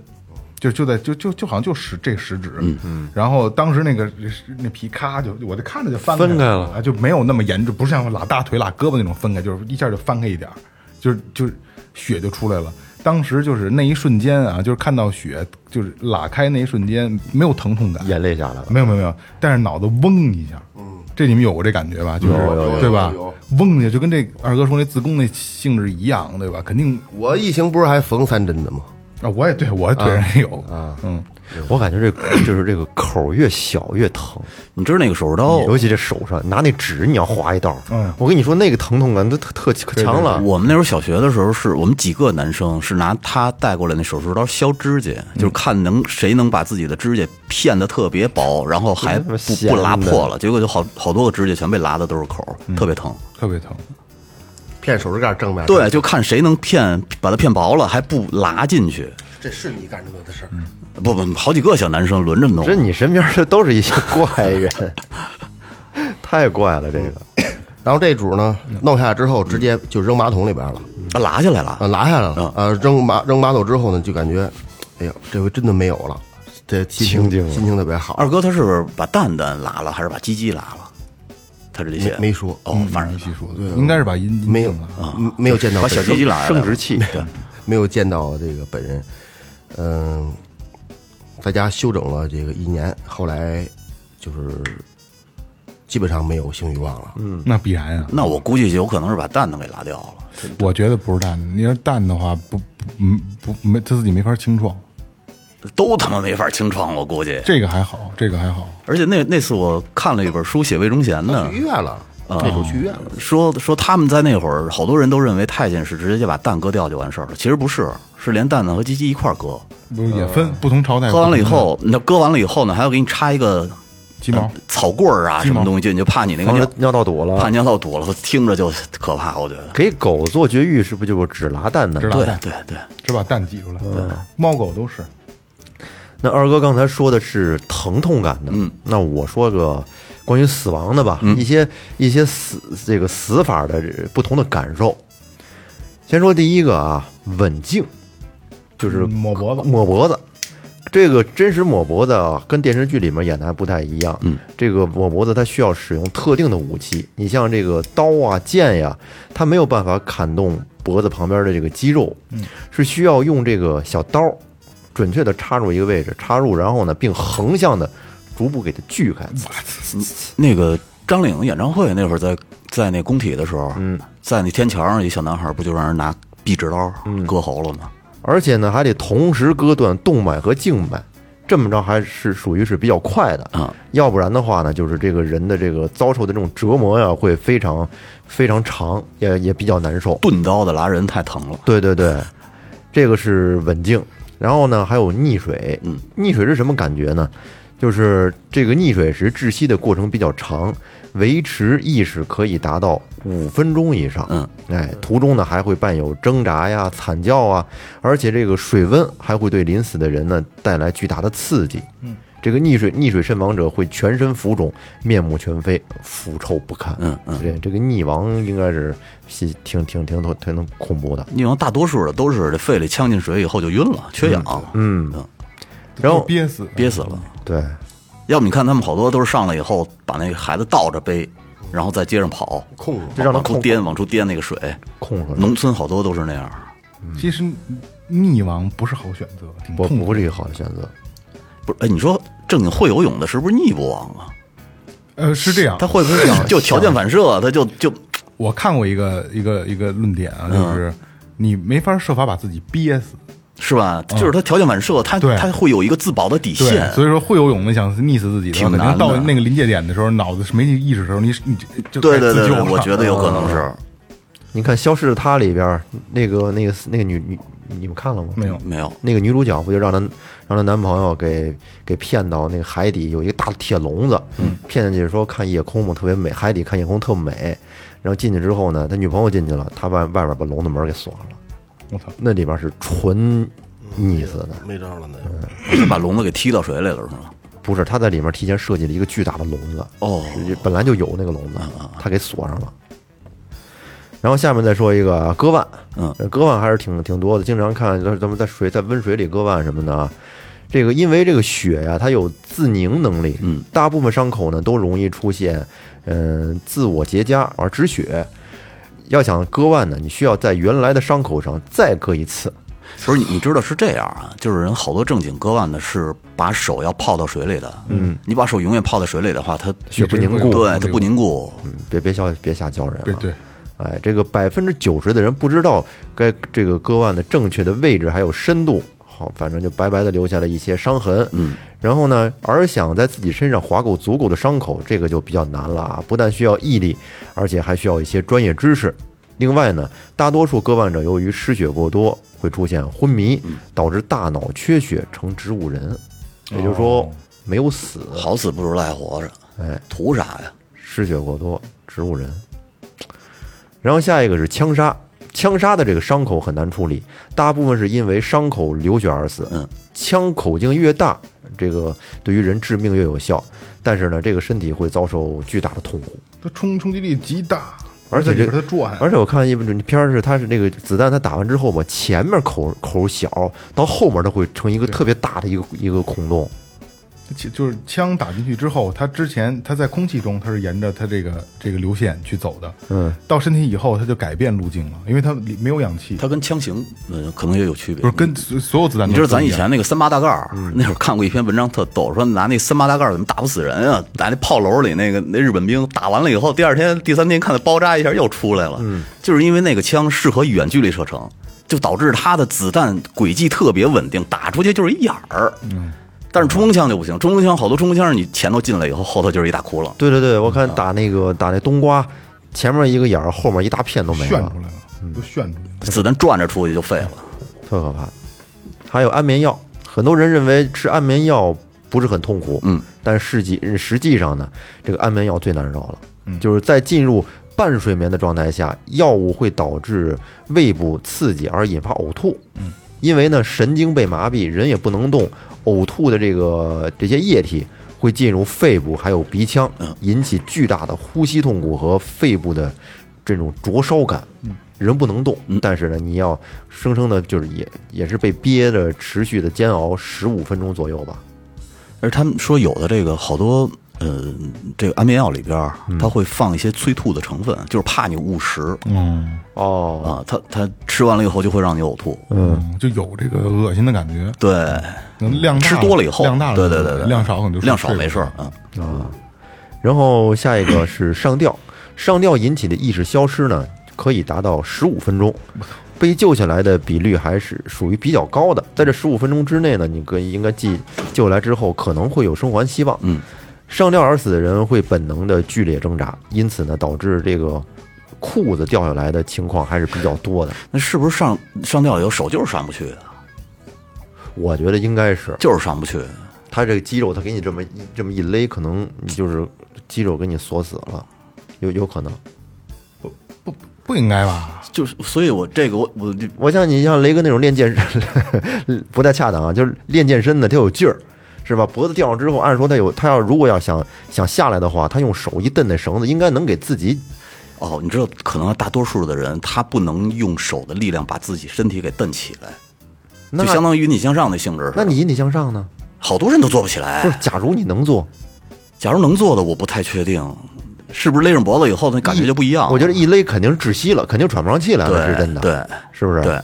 [SPEAKER 1] 就就在就就就好像就使这食指，嗯嗯，然后当时那个那皮咔就我就看着就翻
[SPEAKER 5] 分开了
[SPEAKER 1] 啊，就没有那么严重，不是像拉大腿拉胳膊那种分开，就是一下就翻开一点儿，就是就是血就出来了。当时就是那一瞬间啊，就是看到血，就是拉开那一瞬间没有疼痛感，
[SPEAKER 5] 眼泪下来了，
[SPEAKER 1] 没有没有没有，但是脑子嗡一下，嗯，这你们有过这感觉吧？就是对吧？嗡一下就跟这二哥说那自宫那性质一样，对吧？肯定
[SPEAKER 2] 我疫情不是还缝三针的吗？
[SPEAKER 1] 啊，我也对我腿上也有啊，嗯，
[SPEAKER 5] 我感觉这个就是这个口儿越小越疼，
[SPEAKER 4] 你知道那个手术刀，
[SPEAKER 5] 尤其这手上拿那纸，你要划一道儿，
[SPEAKER 1] 嗯
[SPEAKER 5] 我跟你说那个疼痛感都特特可强了，
[SPEAKER 4] 我们那时候小学的时候是，我们几个男生是拿他带过来那手术刀削指甲，就是看能谁能把自己的指甲片的特别薄，然后还不
[SPEAKER 5] 闲
[SPEAKER 4] 不拉
[SPEAKER 5] 的
[SPEAKER 4] 破了，结果就好好多个指甲全被拉的都是口儿，特别疼。
[SPEAKER 1] 特别疼。
[SPEAKER 2] 骗手指盖正面，
[SPEAKER 4] 对，，就看谁能片把它片薄了，还不拉进去。
[SPEAKER 2] 这是你干出来的事儿。
[SPEAKER 4] 不不，好几个小男生轮着弄
[SPEAKER 5] 这，你身边的都是一些怪人， <laughs> 太怪了这个。
[SPEAKER 2] 然后这主呢，弄下来之后直接就扔马桶里边了，
[SPEAKER 4] 啊拉下来了
[SPEAKER 2] 啊，。拿下来
[SPEAKER 4] 嗯
[SPEAKER 2] 了，呃，扔马扔马桶之后呢，就感觉，哎呦，这回真的没有了，这心
[SPEAKER 5] 清静了
[SPEAKER 2] 心情特别好。
[SPEAKER 4] 二哥他是不是把蛋蛋拉了，还是把鸡鸡拉了？他这里写
[SPEAKER 2] 没没说
[SPEAKER 4] 哦，反正
[SPEAKER 1] 没细嗯说，应该是把阴
[SPEAKER 2] 没有
[SPEAKER 1] 阴茎了，
[SPEAKER 2] 嗯没有见到
[SPEAKER 4] 把
[SPEAKER 2] 本
[SPEAKER 4] 小
[SPEAKER 2] 人
[SPEAKER 4] 鸡鸡拉下来
[SPEAKER 5] 生
[SPEAKER 4] 了
[SPEAKER 5] 殖器，
[SPEAKER 2] 没有见到这个本人，嗯，在家休整了这个一年，后来就是基本上没有性欲望了。嗯，
[SPEAKER 1] 那必然啊。
[SPEAKER 4] 那我估计有可能是把蛋蛋给拉掉了。
[SPEAKER 1] 我觉得不是蛋，你要蛋的话，不不嗯不没他自己没法清创，
[SPEAKER 4] 都他妈没法清创，我估计。
[SPEAKER 1] 这个还好，这个还好，
[SPEAKER 4] 而且那那次我看了一本书，写魏忠贤的
[SPEAKER 2] 去，医院了，那时候去医院了。
[SPEAKER 4] 说说他们在那会儿，好多人都认为太监是直接就把蛋割掉就完事儿了，其实不是，是连蛋蛋和鸡鸡一块儿割。
[SPEAKER 1] 不是也分不同朝代。
[SPEAKER 4] 割完了以后，那割完了以后呢，还要给你插一个
[SPEAKER 1] 鸡毛
[SPEAKER 4] 呃草棍儿啊，
[SPEAKER 1] 鸡
[SPEAKER 4] 什
[SPEAKER 1] 毛
[SPEAKER 4] 么东西进去，怕你那个
[SPEAKER 5] 防
[SPEAKER 4] 尿
[SPEAKER 5] 止尿道堵
[SPEAKER 4] 怕
[SPEAKER 5] 了。
[SPEAKER 4] 尿道堵了，听着就可怕，我觉得。
[SPEAKER 5] 给狗做绝育是不是就是只拉蛋蛋
[SPEAKER 1] 只？拉
[SPEAKER 4] 对
[SPEAKER 1] 蛋
[SPEAKER 4] 对对，
[SPEAKER 1] 只把蛋挤出来，猫狗都是。
[SPEAKER 5] 那二哥刚才说的是疼痛感的，嗯，那我说个关于死亡的吧，一些一些死这个死法的这不同的感受。先说第一个啊，稳静，就是
[SPEAKER 1] 抹脖子，
[SPEAKER 5] 抹脖子。这个真实抹脖子啊，跟电视剧里面演的还不太一样。嗯，这个抹脖子它需要使用特定的武器，你像这个刀啊、剑呀、它没有办法砍动脖子旁边的这个肌肉，是需要用这个小刀准确的插入一个位置，插入，然后呢，并横向的逐步给它锯开。
[SPEAKER 4] 那个张靓颖演唱会那会儿在在那工体的时候，嗯，在那天桥上，一小男孩不就让人拿壁纸刀
[SPEAKER 5] 嗯
[SPEAKER 4] 割喉了吗？
[SPEAKER 5] 而且呢还得同时割断动脉和静脉，这么着还是属于是比较快
[SPEAKER 4] <laughs>
[SPEAKER 5] 的
[SPEAKER 4] 啊。
[SPEAKER 5] 要不然的话呢，就是这个人的这个遭受的这种折磨呀，会非常非常长，也也比较难受。
[SPEAKER 4] 钝刀的拉人太疼了，
[SPEAKER 5] 对对对，这个是稳静。然后呢，还有溺水，嗯，溺水是什么感觉呢？就是这个溺水时窒息的过程比较长，维持意识可以达到五分钟以上。
[SPEAKER 4] 嗯，
[SPEAKER 5] 哎，途中呢还会伴有挣扎呀、惨叫啊，而且这个水温还会对临死的人呢带来巨大的刺激。嗯，这个溺水溺水身亡者会全身浮肿、面目全非、腐臭不堪。
[SPEAKER 4] 嗯嗯
[SPEAKER 5] 对，这个溺亡应该是挺挺挺挺挺挺恐怖的。
[SPEAKER 4] 你像大多数的都是这肺里呛进水以后就晕了，缺氧，
[SPEAKER 5] 嗯
[SPEAKER 4] 嗯，
[SPEAKER 5] 然后
[SPEAKER 1] 憋死，
[SPEAKER 4] 憋死了。
[SPEAKER 5] 对，
[SPEAKER 4] 要不你看他们好多都是上来以后把那孩子倒着背，然后在街上跑，
[SPEAKER 2] 控制
[SPEAKER 5] 就让他嗯
[SPEAKER 4] 往出
[SPEAKER 5] 控
[SPEAKER 4] 颠，往出颠那个水。
[SPEAKER 5] 控制了，
[SPEAKER 4] 农村好多都是那样，
[SPEAKER 1] 其实溺亡不是好选择，挺
[SPEAKER 5] 不
[SPEAKER 1] 痛苦
[SPEAKER 5] 不是一个好的选择。
[SPEAKER 4] 不是？哎，你说正经会游泳的是不是溺不亡啊？
[SPEAKER 1] 呃，是这样，
[SPEAKER 4] 他会不会
[SPEAKER 5] <laughs>
[SPEAKER 4] 就条件反射，他就就
[SPEAKER 1] 我看过一个一个一个论点
[SPEAKER 4] 嗯
[SPEAKER 1] 啊，就是你没法设法把自己憋死，
[SPEAKER 4] 是吧？就是他条件反射，他
[SPEAKER 1] 嗯对
[SPEAKER 4] 他会有一个自保的底
[SPEAKER 1] 对
[SPEAKER 4] 线，。
[SPEAKER 1] 所以说会游泳的想溺死自己的话，
[SPEAKER 4] 挺
[SPEAKER 1] 可
[SPEAKER 4] 难的
[SPEAKER 1] 能到那个临界点的时候，脑子是没意识的时候，你你就
[SPEAKER 4] 对
[SPEAKER 1] 该
[SPEAKER 4] 对
[SPEAKER 1] 自
[SPEAKER 4] 对
[SPEAKER 1] 救
[SPEAKER 4] 对，
[SPEAKER 1] 了。嗯
[SPEAKER 4] 我觉得有可能是
[SPEAKER 5] 你看《消失的她》里边儿那个那个那个女女，你们看了吗？
[SPEAKER 1] <laughs> 没有。
[SPEAKER 4] 没有。 <clears throat>
[SPEAKER 5] 那个女主角不就让她让她男朋友给给骗到那个海底有一个大铁笼子，
[SPEAKER 1] 嗯
[SPEAKER 5] 骗进去说看夜空嘛，特别美，海底看夜空特美。然后进去之后呢，他女朋友进去了，他外外边把笼子门给锁了。
[SPEAKER 1] 我操，
[SPEAKER 5] 那里边是纯溺死的，
[SPEAKER 2] 没招了那个。
[SPEAKER 4] 是把笼子给踢到水里了是吗？
[SPEAKER 5] 不是他在里面提前设计了一个巨大的笼子，
[SPEAKER 4] 哦，
[SPEAKER 5] 是本来就有那个笼子，他给锁上了。然后下面再说一个割腕，
[SPEAKER 4] 嗯，
[SPEAKER 5] 割腕还是挺挺多的，经常看就是咱们在水在温水里割腕什么的啊。这个因为这个血呀、它有自凝能力，嗯，大部分伤口呢都容易出现，嗯、自我结痂而止血。要想割腕呢，你需要在原来的伤口上再割一次，
[SPEAKER 4] 不是你，你知道是这样啊，就是人好多正经割腕的是把手要泡到水里的，嗯，你把手永远泡在水里的话，它
[SPEAKER 5] 血不凝固，
[SPEAKER 4] 对它
[SPEAKER 1] 嗯
[SPEAKER 4] 不凝固，
[SPEAKER 5] 嗯别别瞎别瞎教人、啊，
[SPEAKER 1] 对对，
[SPEAKER 5] 哎，这个百分之九十的人不知道该这个割腕的正确的位置还有深度，好，反正就白白的留下了一些伤痕。嗯，然后呢，而想在自己身上划够足够的伤口，这个就比较难了啊！不但需要毅力，而且还需要一些专业知识。另外呢，大多数割腕者由于失血过多，会出现昏迷，导致大脑缺血成植物人，也就是说没有死，
[SPEAKER 4] 好死不如赖活着，
[SPEAKER 5] 哎，
[SPEAKER 4] 图啥呀？
[SPEAKER 5] 失血过多，植物人。然后下一个是枪杀，枪杀的这个伤口很难处理，大部分是因为伤口流血而死。
[SPEAKER 4] 嗯，
[SPEAKER 5] 枪口径越大，这个对于人致命越有效，但是呢，这个身体会遭受巨大的痛苦。
[SPEAKER 1] 它冲冲击力极大，
[SPEAKER 5] 而且
[SPEAKER 1] 在
[SPEAKER 5] 这
[SPEAKER 1] 里边它转，
[SPEAKER 5] 而且我看一部片儿是，它是那个子弹，它打完之后吧，前面口口小，到后面它会成一个特别大的一个一个孔洞。
[SPEAKER 1] 且就是枪打进去之后，它之前它在空气中它是沿着它这个这个流线去走的，
[SPEAKER 5] 嗯，
[SPEAKER 1] 到身体以后它就改变路径了，因为它里没有氧气，
[SPEAKER 4] 它跟枪型呃可能也有区别，
[SPEAKER 1] 不是跟所所有子弹都
[SPEAKER 4] 你知道咱
[SPEAKER 1] 不一
[SPEAKER 4] 以
[SPEAKER 1] 样
[SPEAKER 4] 前那个三八大盖儿，那会儿看过一篇文章特逗，说拿那三八大盖儿怎么打不死人啊？打那炮楼里那个那日本兵打完了以后，第二天、第三天看他包扎一下又出来了，就是因为那个枪适合远距离射程，就导致它的子弹轨迹特别稳定，打出去就是一眼儿。但是冲锋枪就不行，冲锋枪好多冲锋枪是你前头进来以后，后头就是一大窟窿。
[SPEAKER 5] 对对对，我看打那个打那冬瓜，前面一个眼儿，后面一大片都没
[SPEAKER 1] 炫
[SPEAKER 5] 了
[SPEAKER 1] 出。来
[SPEAKER 4] 嗯
[SPEAKER 1] 了，都炫出来了。
[SPEAKER 4] 子弹转着出去就废了，
[SPEAKER 5] 特可怕。还有安眠药，很多人认为吃安眠药不是很痛苦，
[SPEAKER 4] 嗯，
[SPEAKER 5] 但实际实际上呢，这个安眠药最难受了，就是在进入半睡眠的状态下，药物会导致胃部刺激而引发呕吐，嗯，因为呢神经被麻痹，人也不能动，呕吐的这个这些液体会进入肺部还有鼻腔，引起巨大的呼吸痛苦和肺部的这种灼烧感。人不能动，但是呢，你要生生的，就是也也是被憋着持续的煎熬十五分钟左右吧。
[SPEAKER 4] 而他们说有的这个好多呃，这个安眠药里边儿，它会放一些催吐的成分，就是怕你误食
[SPEAKER 1] 嗯，
[SPEAKER 4] 啊。
[SPEAKER 5] 哦，
[SPEAKER 4] 它它吃完了以后就会让你呕吐，
[SPEAKER 1] 就有这个恶心的感觉。
[SPEAKER 4] 对，
[SPEAKER 1] 能嗯量大
[SPEAKER 4] 吃多了以后，
[SPEAKER 1] 量大了
[SPEAKER 4] 对对对对，
[SPEAKER 1] 量少可能就
[SPEAKER 4] 量少没事
[SPEAKER 1] 睡
[SPEAKER 4] 儿
[SPEAKER 1] 不着。
[SPEAKER 4] 啊。
[SPEAKER 5] 然后下一个是上吊，上吊引起的意识消失呢，可以达到十五分钟，被救下来的比率还是属于比较高的。在这十五分钟之内呢，你可以应该记救下来之后可能会有生还希望。
[SPEAKER 4] 嗯，
[SPEAKER 5] 上吊而死的人会本能的剧烈挣扎，因此呢，导致这个裤子掉下来的情况还是比较多的。
[SPEAKER 4] 那是不是上上吊以后手就是上不去啊？
[SPEAKER 5] 我觉得应该是
[SPEAKER 4] 就是上不去，啊
[SPEAKER 5] 他这个肌肉，他给你这么一这么一勒，可能你就是肌肉给你锁死了，有有可能。
[SPEAKER 1] 不不应该吧？
[SPEAKER 4] 就是所以，我这个我我这
[SPEAKER 5] 我像你像雷哥那种练健身， <laughs> 不太恰当啊，就是练健身的，他有劲儿，是吧？脖子掉上之后，按说他有，他要如果要想想下来的话，他用手一蹬那绳子，应该能给自己
[SPEAKER 4] 哦，你知道，可能大多数的人他不能用手的力量把自己身体给蹬起来，
[SPEAKER 5] 那
[SPEAKER 4] 就相当于引体向上的性质似的。
[SPEAKER 5] 那你引体向上呢？
[SPEAKER 4] 好多人都做不起
[SPEAKER 5] 不是
[SPEAKER 4] 来，。
[SPEAKER 5] 假如你能做，
[SPEAKER 4] 假如能做的，我不太确定，是不是勒上脖子以后那感觉就不一样了？啊
[SPEAKER 5] 我觉得一勒肯定是窒息了，肯定喘不上气来了，
[SPEAKER 4] 对
[SPEAKER 5] 是真的，，
[SPEAKER 4] 对
[SPEAKER 5] 是不是？
[SPEAKER 4] 对，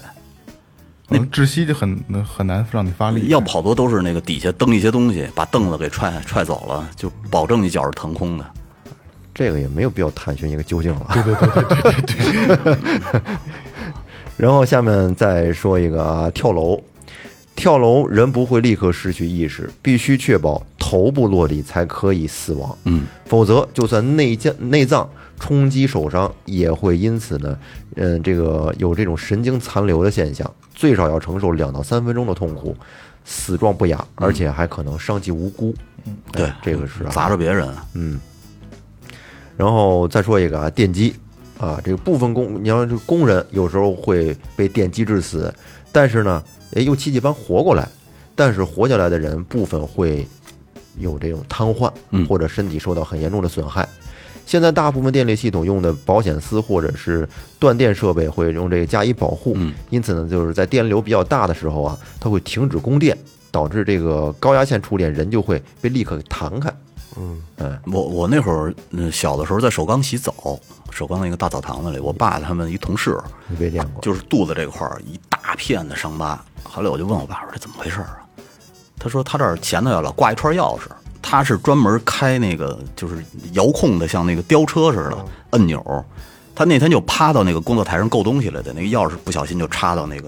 [SPEAKER 1] 那窒息就很很难让你发力。
[SPEAKER 4] 要不好多都是那个底下蹬一些东西，把凳子给踹踹走了，就保证你脚是腾空
[SPEAKER 5] 哎
[SPEAKER 4] 的。
[SPEAKER 5] 这个也没有必要探寻一个究竟了。对对对对对对。 <laughs> 然后下面再说一个啊，跳楼。跳楼人不会立刻失去意识，必须确保头部落地才可以死亡。嗯，否则就算内脏内脏冲击受伤，也会因此呢，嗯，这个有这种神经残留的现象，最少要承受两到三分钟的痛苦，死状不雅，而且还可能伤及无辜。嗯，
[SPEAKER 4] 对，
[SPEAKER 5] 这个是啊
[SPEAKER 4] 砸着别人，
[SPEAKER 5] 然后再说一个啊，电击啊，这个部分工，你要是工人有时候会被电击致死，但是呢，哎，又奇迹般活过来，但是活下来的人部分会有这种瘫痪，或者身体受到很严重的损害。现在大部分电力系统用的保险丝或者是断电设备会用这个加以保护，因此呢，就是在电流比较大的时候啊，它会停止供电，导致这个高压线触电，人就会被立刻给弹开。
[SPEAKER 4] 我我那会儿嗯小的时候在首钢洗澡，首钢那个大澡堂子里，我爸他们一同事
[SPEAKER 5] 你别见过，
[SPEAKER 4] 就是肚子这块儿一大片的伤疤。后来我就问我爸我说这怎么回事儿啊？他说他这儿前头有老挂一串钥匙，他是专门开那个就是遥控的，像那个吊车似
[SPEAKER 5] 嗯
[SPEAKER 4] 的按钮。他那天就趴到那个工作台上够东西来的，那个钥匙不小心就插到那个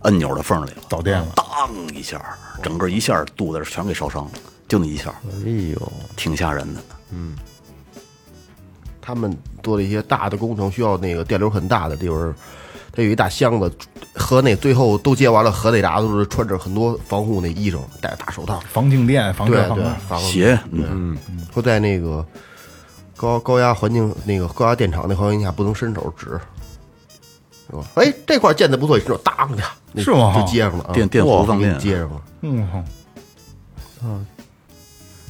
[SPEAKER 4] 按钮的缝里了，
[SPEAKER 1] 导电了
[SPEAKER 4] 当一下，整个一下肚子全给烧伤了，就那一下，
[SPEAKER 5] 哎呦。
[SPEAKER 4] 挺吓人的。
[SPEAKER 2] 他们做了一些大的工程，需要那个电流很大的地方，它有一大箱子，和那最后都接完了，和那啥都是穿着很多防护那衣裳，戴着大手套，
[SPEAKER 1] 防静电、防
[SPEAKER 2] 对
[SPEAKER 1] 这、防
[SPEAKER 2] 对
[SPEAKER 1] 那，，
[SPEAKER 2] 防
[SPEAKER 4] 鞋，嗯，
[SPEAKER 2] 嗯，说在那个高高压环境、那个高压电场那环境下不能伸手指，是吧？哎，这块建的不错，伸手当一下，那
[SPEAKER 1] 是吗
[SPEAKER 2] 就接上了啊，
[SPEAKER 4] 电电弧
[SPEAKER 2] 哇
[SPEAKER 4] 放
[SPEAKER 2] 给你
[SPEAKER 4] 电
[SPEAKER 2] 接上了。
[SPEAKER 1] 嗯哼，啊，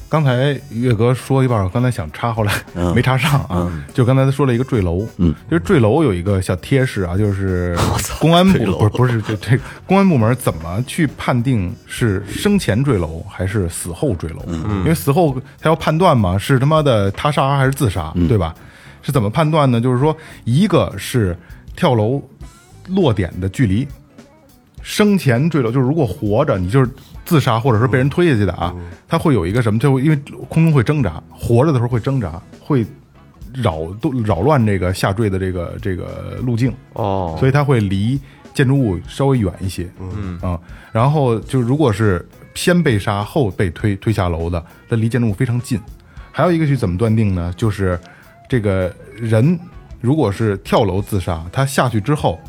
[SPEAKER 1] 刚才岳哥说一半，我刚才想插，后来
[SPEAKER 4] 嗯
[SPEAKER 1] 没插上啊。就刚才他说了一个坠楼，嗯，就是坠楼有一个小贴士啊，就是公安部不是不是这这个公安部门怎么去判定是生前坠楼还是死后坠楼？因为死后他要判断嘛，是他妈的他杀还是自杀，对吧？是怎么判断呢？就是说，一个是跳楼落点的距离，生前坠楼，就是如果活着，你就是自杀或者是被人推下去的啊，他会有一个什么，就因为空中会挣扎，活着的时候会挣扎，会扰都扰乱这个下坠的这个这个路径
[SPEAKER 5] 哦
[SPEAKER 1] 所以它会离建筑物稍微远一些，嗯啊，然后就如果是先被杀后被推推下楼的，那离建筑物非常近。还有一个是怎么断定呢？就是这个人如果是跳楼自杀，他下去之后，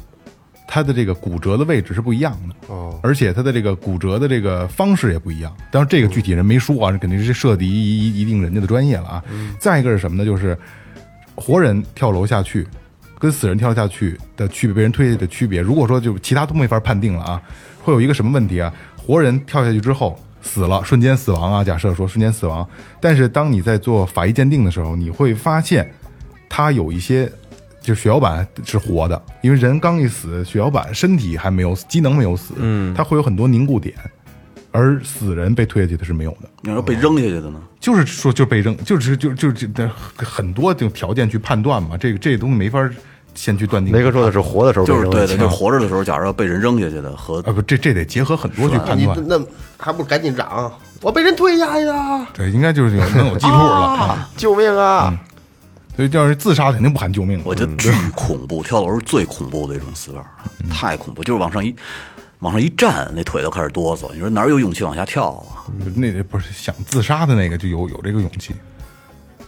[SPEAKER 1] 他的这个骨折的位置是不一样的，
[SPEAKER 2] 哦，
[SPEAKER 1] 而且他的这个骨折的这个方式也不一样。当然，这个具体人没说啊，这肯定是涉及一一一定人家的专业了啊。再一个是什么呢？就是活人跳楼下去，跟死人跳下去的区别，被人推下去的区别，如果说就其他都没法判定了啊，会有一个什么问题啊？活人跳下去之后死了，瞬间死亡啊，假设说瞬间死亡，但是当你在做法医鉴定的时候，你会发现他有一些就是血小板是活的，因为人刚一死，血小板身体还没有死，机能没有死，嗯，它会有很多凝固点，而死人被推下去的是没有的。
[SPEAKER 4] 你要被扔下去的呢？
[SPEAKER 1] 就是说就被扔，就是就就就就很多这种条件去判断嘛，这个这个东西没法先去断定。
[SPEAKER 5] 雷哥说的是活的时候被
[SPEAKER 4] 就是
[SPEAKER 5] 扔
[SPEAKER 4] 对
[SPEAKER 5] 的
[SPEAKER 4] 的，就是活着的时候，假如要被人扔下去的和
[SPEAKER 1] 啊，不，这这得结合很多去判
[SPEAKER 2] 你
[SPEAKER 1] 断。
[SPEAKER 2] 那还不如赶紧长？我被人推下去了，
[SPEAKER 1] 对，应该就是有能有记录了。
[SPEAKER 5] 啊救命啊！
[SPEAKER 1] 所以要是自杀，肯定不喊救命。
[SPEAKER 4] 我觉得巨恐怖，跳楼是最恐怖的一种死法，太恐怖，就是往上一往上一站，那腿都开始哆嗦。你说哪有勇气往下跳啊？
[SPEAKER 1] 那不是想自杀的那个就有有这个勇气，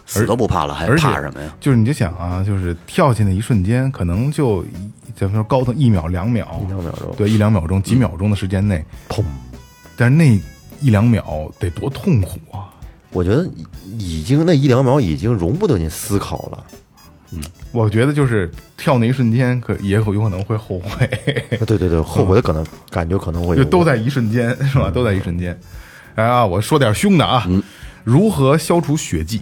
[SPEAKER 4] 死都不怕了，还
[SPEAKER 1] 而且
[SPEAKER 4] 怕什么呀？？
[SPEAKER 1] 就是你就想啊，就是跳进的一瞬间，可能就一咱们说高腾一秒、两秒、一两秒钟，嗯对，一两秒钟、几秒钟的时间内，砰！但是那一两秒得多痛苦啊！
[SPEAKER 5] 我觉得已经那一两秒已经容不得你思考了。
[SPEAKER 1] 我觉得就是跳那一瞬间，可也有有可能会后悔，
[SPEAKER 5] 啊对对对，后悔的可能感觉可能会
[SPEAKER 1] 嗯就
[SPEAKER 5] 有
[SPEAKER 1] 都在一瞬间，是吧？都在一瞬间。哎呀，我说点凶的啊，如何消除血迹？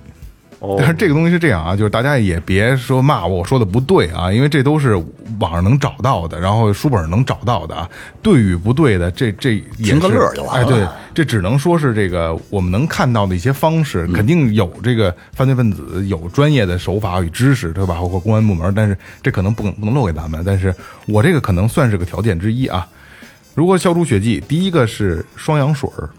[SPEAKER 5] 哦
[SPEAKER 1] 但是这个东西是这样啊，就是大家也别说骂我，我说的不对啊，因为这都是网上能找到的，然后书本上能找到的啊，对与不对的，这这也
[SPEAKER 4] 听
[SPEAKER 1] 是
[SPEAKER 4] 个乐儿就完了
[SPEAKER 1] 哎，对，这只能说是这个我们能看到的一些方式，
[SPEAKER 4] 嗯
[SPEAKER 1] 肯定有这个犯罪分子有专业的手法与知识，对吧？包括公安部门，但是这可能不能不能漏给咱们，但是我这个可能算是个条件之一啊。如何消除血迹？第一个是双氧水儿，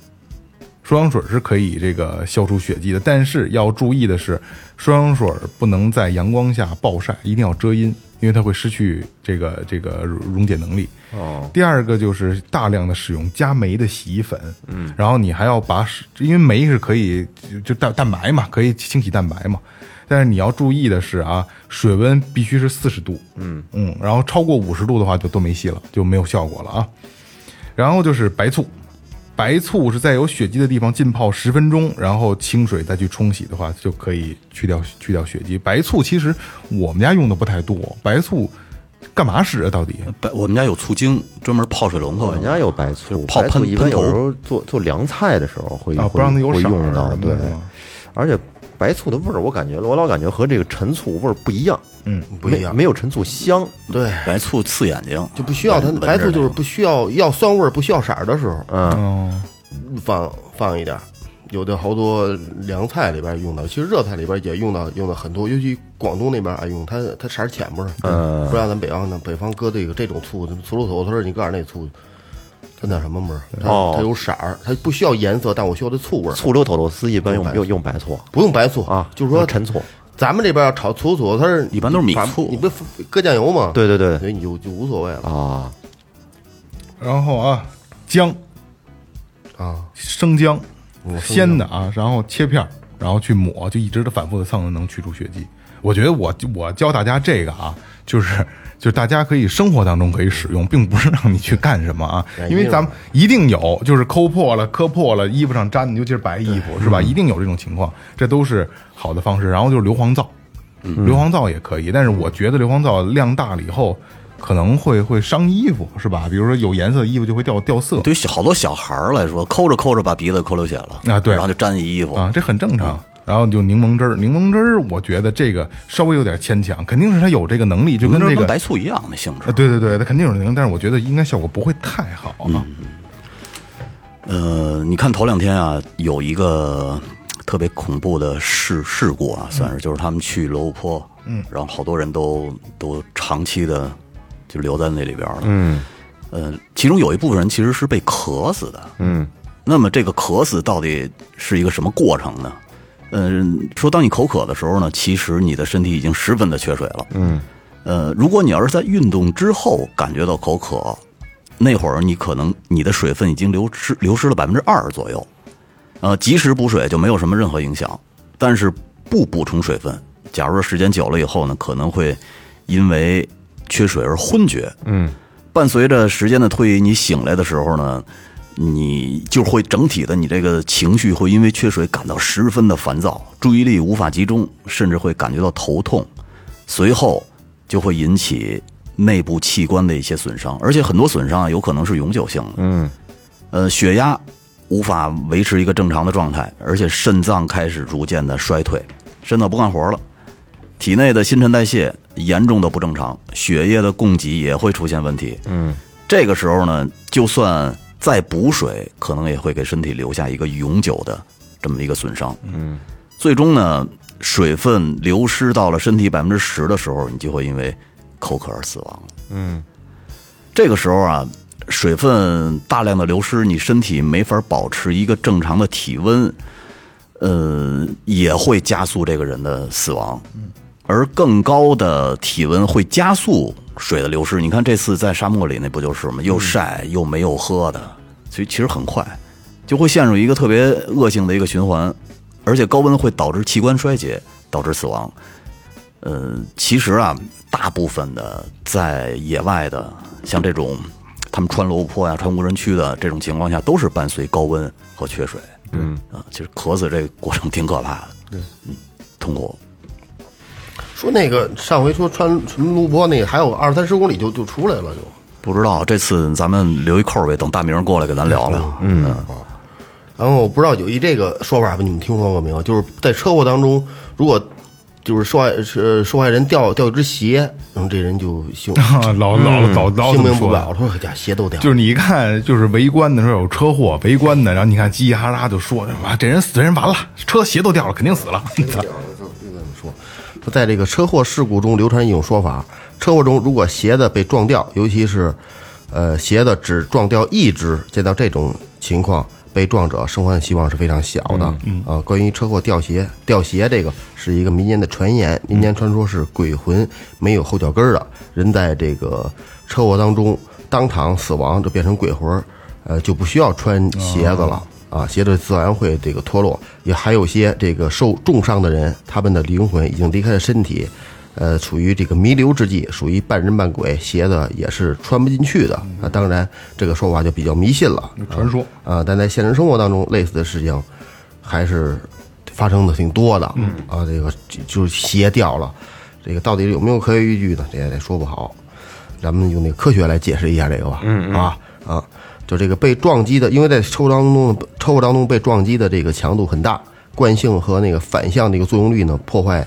[SPEAKER 1] 双氧水是可以这个消除血迹的，但是要注意的是，双氧水不能在阳光下暴晒，一定要遮阴，因为它会失去这个这个溶解能力。哦。第二个就是大量的使用加酶的洗衣粉，嗯，然后你还要把使，因为酶是可以就就蛋蛋白嘛，可以清洗蛋白嘛。但是你要注意的是啊，水温必须是四十度，嗯嗯，然后超过五十度的话就都没戏了，就没有效果了啊。然后就是白醋，白醋是在有血迹的地方浸泡十分钟，然后清水再去冲洗的话，就可以去掉去掉血迹。白醋其实我们家用的不太多，白醋干嘛使啊？到底？
[SPEAKER 4] 白，我们家有醋精，专门泡水龙头
[SPEAKER 5] 我
[SPEAKER 4] 用
[SPEAKER 5] 们
[SPEAKER 4] 的。
[SPEAKER 5] 家有白醋，
[SPEAKER 4] 泡
[SPEAKER 5] 白
[SPEAKER 4] 喷
[SPEAKER 5] 醋一般
[SPEAKER 4] 喷头
[SPEAKER 5] 有时候做做凉菜的时候会、
[SPEAKER 1] 啊，
[SPEAKER 5] 会
[SPEAKER 1] 不让它有
[SPEAKER 5] 会
[SPEAKER 1] 色儿
[SPEAKER 5] 用到，
[SPEAKER 1] 什么
[SPEAKER 5] 对
[SPEAKER 1] 的是吧。
[SPEAKER 5] 而且白醋的味儿，我感觉我老感觉和这个陈醋味儿不一样，
[SPEAKER 2] 不一样
[SPEAKER 5] 没，没有陈醋香。
[SPEAKER 2] 对，
[SPEAKER 4] 白醋刺眼睛，
[SPEAKER 2] 就不需要它
[SPEAKER 4] 闻着
[SPEAKER 2] 白醋，就是
[SPEAKER 4] 那个
[SPEAKER 2] 不需要要酸味儿，不需要色儿的时候
[SPEAKER 1] 哦，
[SPEAKER 2] 放放一点儿。有的好多凉菜里边儿用到，其实热菜里边儿也用到用到很多，尤其广东那边儿爱用，它它色儿浅不是？嗯，不像咱北方呢，北方搁这个这种醋，醋溜头，他说你搁点儿那醋，它那什么味儿？它、
[SPEAKER 5] 哦
[SPEAKER 2] 它有色儿，它不需要颜色，但我需要这醋味儿。
[SPEAKER 5] 醋溜头肉丝一般
[SPEAKER 2] 用白
[SPEAKER 5] 用用
[SPEAKER 2] 醋
[SPEAKER 5] 用白醋
[SPEAKER 2] 不用白醋
[SPEAKER 5] 啊，
[SPEAKER 2] 就是说
[SPEAKER 5] 陈醋。
[SPEAKER 2] 咱们这边要炒醋醋，它是
[SPEAKER 4] 一般都是米醋
[SPEAKER 2] 你不搁酱油吗？
[SPEAKER 5] 对对对
[SPEAKER 2] 所以你就就无所谓了
[SPEAKER 5] 啊，
[SPEAKER 1] 然后啊，姜，
[SPEAKER 2] 啊。
[SPEAKER 1] 生姜，鲜的啊，然后切片儿，然后去抹，就一直的反复的蹭，能去除血迹。我觉得我我教大家这个啊，就是就是大家可以生活当中可以使用，并不是让你去干什么啊，因为咱们一定有就是抠破了、磕破了，衣服上沾的，尤其是白衣服是吧？一定有这种情况，这都是好的方式。然后就是硫磺皂，
[SPEAKER 4] 嗯
[SPEAKER 1] 硫磺皂也可以，但是我觉得硫磺皂量大了以后。可能会会伤衣服是吧？比如说有颜色的衣服就会掉掉色，
[SPEAKER 4] 对于小好多小孩儿来说，抠着抠着把鼻子抠流血了
[SPEAKER 1] 啊对
[SPEAKER 4] 然后就沾一衣服，
[SPEAKER 1] 啊，这很正常。然后就柠檬汁儿，柠檬汁儿，我觉得这个稍微有点牵强，肯定是他有这个能力，就
[SPEAKER 4] 跟
[SPEAKER 1] 跟这
[SPEAKER 4] 跟
[SPEAKER 1] 个
[SPEAKER 4] 白醋一样那性
[SPEAKER 1] 啊
[SPEAKER 4] 质。
[SPEAKER 1] 对对对，他肯定有这个能力，但是我觉得应该效果不会太好啊。
[SPEAKER 4] 呃，你看头两天啊，有一个特别恐怖的事事故啊，算是就是他们去罗布泊，嗯，然后好多人都都长期的就留在那里边了，嗯，呃，其中有一部分人其实是被渴死的，嗯，那么这个渴死到底是一个什么过程呢？嗯，说当你口渴的时候呢，其实你的身体已经十分的缺水了，嗯，呃，如果你要是在运动之后感觉到口渴，那会儿你可能你的水分已经流失流失了百分之二左右，呃，及时补水就没有什么任何影响，但是不补充水分，假如说时间久了以后呢，可能会因为缺水而昏厥。嗯，伴随着时间的推移，你醒来的时候呢，你就会整体的你这个情绪会因为缺水感到十分的烦躁，注意力无法集中，甚至会感觉到头痛，随后就会引起内部器官的一些损伤，而且很多损伤啊，有可能是永久性的。
[SPEAKER 5] 嗯，
[SPEAKER 4] 呃，血压无法维持一个正常的状态，而且肾脏开始逐渐的衰退，肾脏不干活了，体内的新陈代谢严重的不正常，血液的供给也会出现问题。嗯，这个时候呢，就算再补水，可能也会给身体留下一个永久的这么一个损伤。嗯，最终呢，水分流失到了身体百分之十的时候，你就会因为口渴而死亡。这个时候啊，水分大量的流失，你身体没法保持一个正常的体温，呃，也会加速这个人的死亡。而更高的体温会加速水的流失。你看这次在沙漠里那不就是吗？又晒又没有喝的，所以其实很快就会陷入一个特别恶性的一个循环，而且高温会导致器官衰竭，导致死亡。呃，其实啊，大部分的在野外的，像这种他们穿楼坡呀、穿无人区的这种情况下，都是伴随高温和缺水。嗯啊，其实渴死这个过程挺可怕的。对，嗯，痛苦。
[SPEAKER 2] 说那个上回说穿纯路坡那个，还有二三十公里就就出来了就。
[SPEAKER 4] 不知道这次咱们留一扣儿呗，等大明儿过来给咱聊聊。嗯，
[SPEAKER 2] 然后我不知道有一这个说法，你们听说过没有？就是在车祸当中，如果就是受害是受害人掉掉一只鞋，然后这人就性
[SPEAKER 1] 老
[SPEAKER 4] 嗯
[SPEAKER 1] 老老 <laughs> 老
[SPEAKER 2] 性
[SPEAKER 1] 这么
[SPEAKER 2] 命不
[SPEAKER 1] 说啊
[SPEAKER 2] 保。说哎呀，鞋都掉了，
[SPEAKER 1] 就是你一看，就是围观的时候有车祸，围观的，然后你看叽叽哈啦就说，哇，这人这人完了，车鞋都掉了，肯定死了。
[SPEAKER 4] 嗯
[SPEAKER 2] 说说在这个车祸事故中流传一种说法：车祸中如果鞋子被撞掉，尤其是呃鞋子只撞掉一只，见到这种情况，被撞者生还的希望是非常小的。嗯啊，关于车祸掉鞋掉鞋这个是一个民间的传言，民间传说是鬼魂没有后脚跟儿的，人在这个车祸当中当场死亡，就变成鬼魂儿，呃就不需要穿鞋子了。啊，鞋子自然会这个脱落，也还有些这个受重伤的人，他们的灵魂已经离开了身体，呃，处于这个弥留之际，属于半人半鬼，鞋子也是穿不进去的。啊，当然这个说法就比较迷信了，
[SPEAKER 1] <laughs> 传说
[SPEAKER 2] 啊，但在现实生活当中，类似的事情还是发生的挺多的。嗯啊，这个就就是鞋掉了，这个到底有没有科学依据呢？这也得说不好。咱们用那个科学来解释一下这个吧。嗯啊啊，就这个被撞击的，因为在车祸当中，车祸当中被撞击的这个强度很大，惯性和那个反向的一个作用力呢，破坏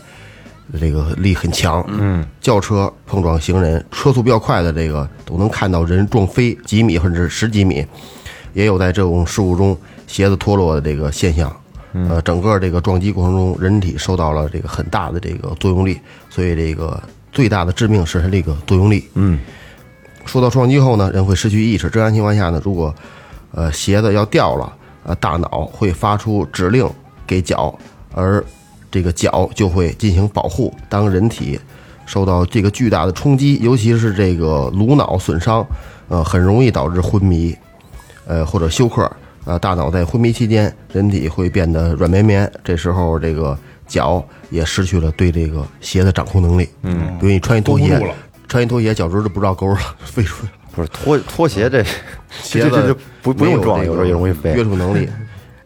[SPEAKER 2] 这个力很强，嗯，轿车碰撞行人，车速比较快的这个都能看到人撞飞几米甚至十几米，也有在这种事故中鞋子脱落的这个现象。呃，整个这个撞击过程中，人体受到了这个很大的这个作用力，所以这个最大的致命是它这个作用力。嗯，受到撞击后呢，人会失去意识。正常情况下呢，如果呃鞋子要掉了，呃大脑会发出指令给脚，而这个脚就会进行保护。当人体受到这个巨大的冲击，尤其是这个颅脑损伤，呃，很容易导致昏迷，呃或者休克。呃，大脑在昏迷期间，人体会变得软绵绵，这时候这个脚也失去了对这个鞋的掌控能力。嗯，比如你穿一拖鞋
[SPEAKER 1] 绷不住了，
[SPEAKER 2] 穿一拖鞋，脚趾头不知道勾了，飞出去了。
[SPEAKER 5] 不是脱脱鞋这，这
[SPEAKER 2] 嗯鞋
[SPEAKER 5] <laughs> 这
[SPEAKER 2] 子
[SPEAKER 5] 这这不不
[SPEAKER 2] 没
[SPEAKER 5] 用撞，
[SPEAKER 2] 这
[SPEAKER 5] 有
[SPEAKER 2] 个嗯
[SPEAKER 5] 时候也容易飞
[SPEAKER 2] 约。束能力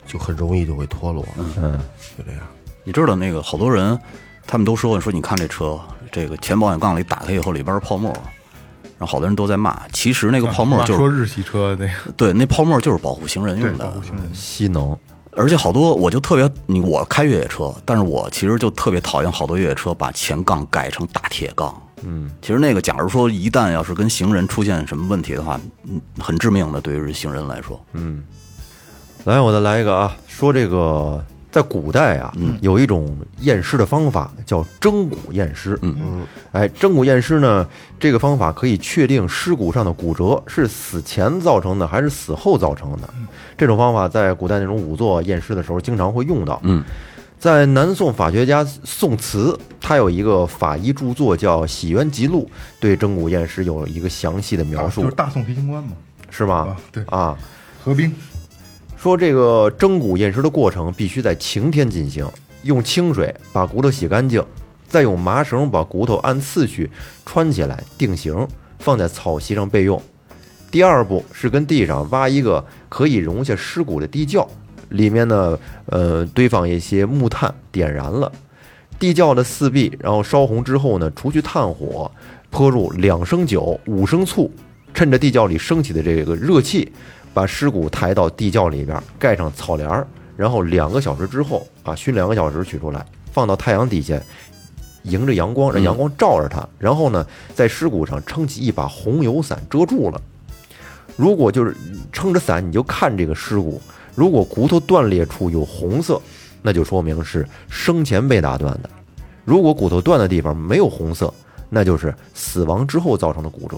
[SPEAKER 2] 就很容易就会脱落。嗯，就这样。
[SPEAKER 4] 你知道那个好多人，他们都说说你看这车，这个前保险杠里打开以后里边是泡沫，然后好多人都在骂，其实那个泡沫就
[SPEAKER 1] 说
[SPEAKER 4] 是
[SPEAKER 1] 日系车那个
[SPEAKER 4] 对，那泡沫就是保护行人用的，
[SPEAKER 5] 吸能，
[SPEAKER 4] 而且好多我就特别，你我开越野车，但是我其实就特别讨厌好多越野车把前杠改成大铁杠。嗯，其实那个，假如说一旦要是跟行人出现什么问题的话，嗯，很致命的，对于行人来说。
[SPEAKER 5] 来，我再来一个啊，说这个在古代啊，有一种验尸的方法叫蒸骨验尸。嗯嗯，哎，蒸骨验尸呢，这个方法可以确定尸骨上的骨折是死前造成的还是死后造成的。这种方法在古代那种仵作验尸的时候经常会用到。嗯。在南宋法学家宋慈，他有一个法医著作叫《洗冤集录》，对蒸骨验尸有一个详细的描述
[SPEAKER 1] 就是，大宋提刑官嘛，
[SPEAKER 5] 是吗
[SPEAKER 1] 啊？对
[SPEAKER 5] 啊，
[SPEAKER 1] 何冰
[SPEAKER 5] 说这个蒸骨验尸的过程必须在晴天进行，用清水把骨头洗干净，再用麻绳把骨头按次序穿起来定型，放在草席上备用。第二步是跟地上挖一个可以容下尸骨的地窖，里面呢，呃，堆放一些木炭，点燃了。地窖的四壁，然后烧红之后呢，除去炭火，泼入两升酒、五升醋，趁着地窖里升起的这个热气，把尸骨抬到地窖里边，盖上草帘儿，然后两个小时之后啊，熏两个小时取出来，放到太阳底下，迎着阳光，让阳光照着它，然后呢，在尸骨上撑起一把红油伞遮住了。如果就是撑着伞，你就看这个尸骨，如果骨头断裂处有红色，那就说明是生前被打断的；如果骨头断的地方没有红色，那就是死亡之后造成的骨折。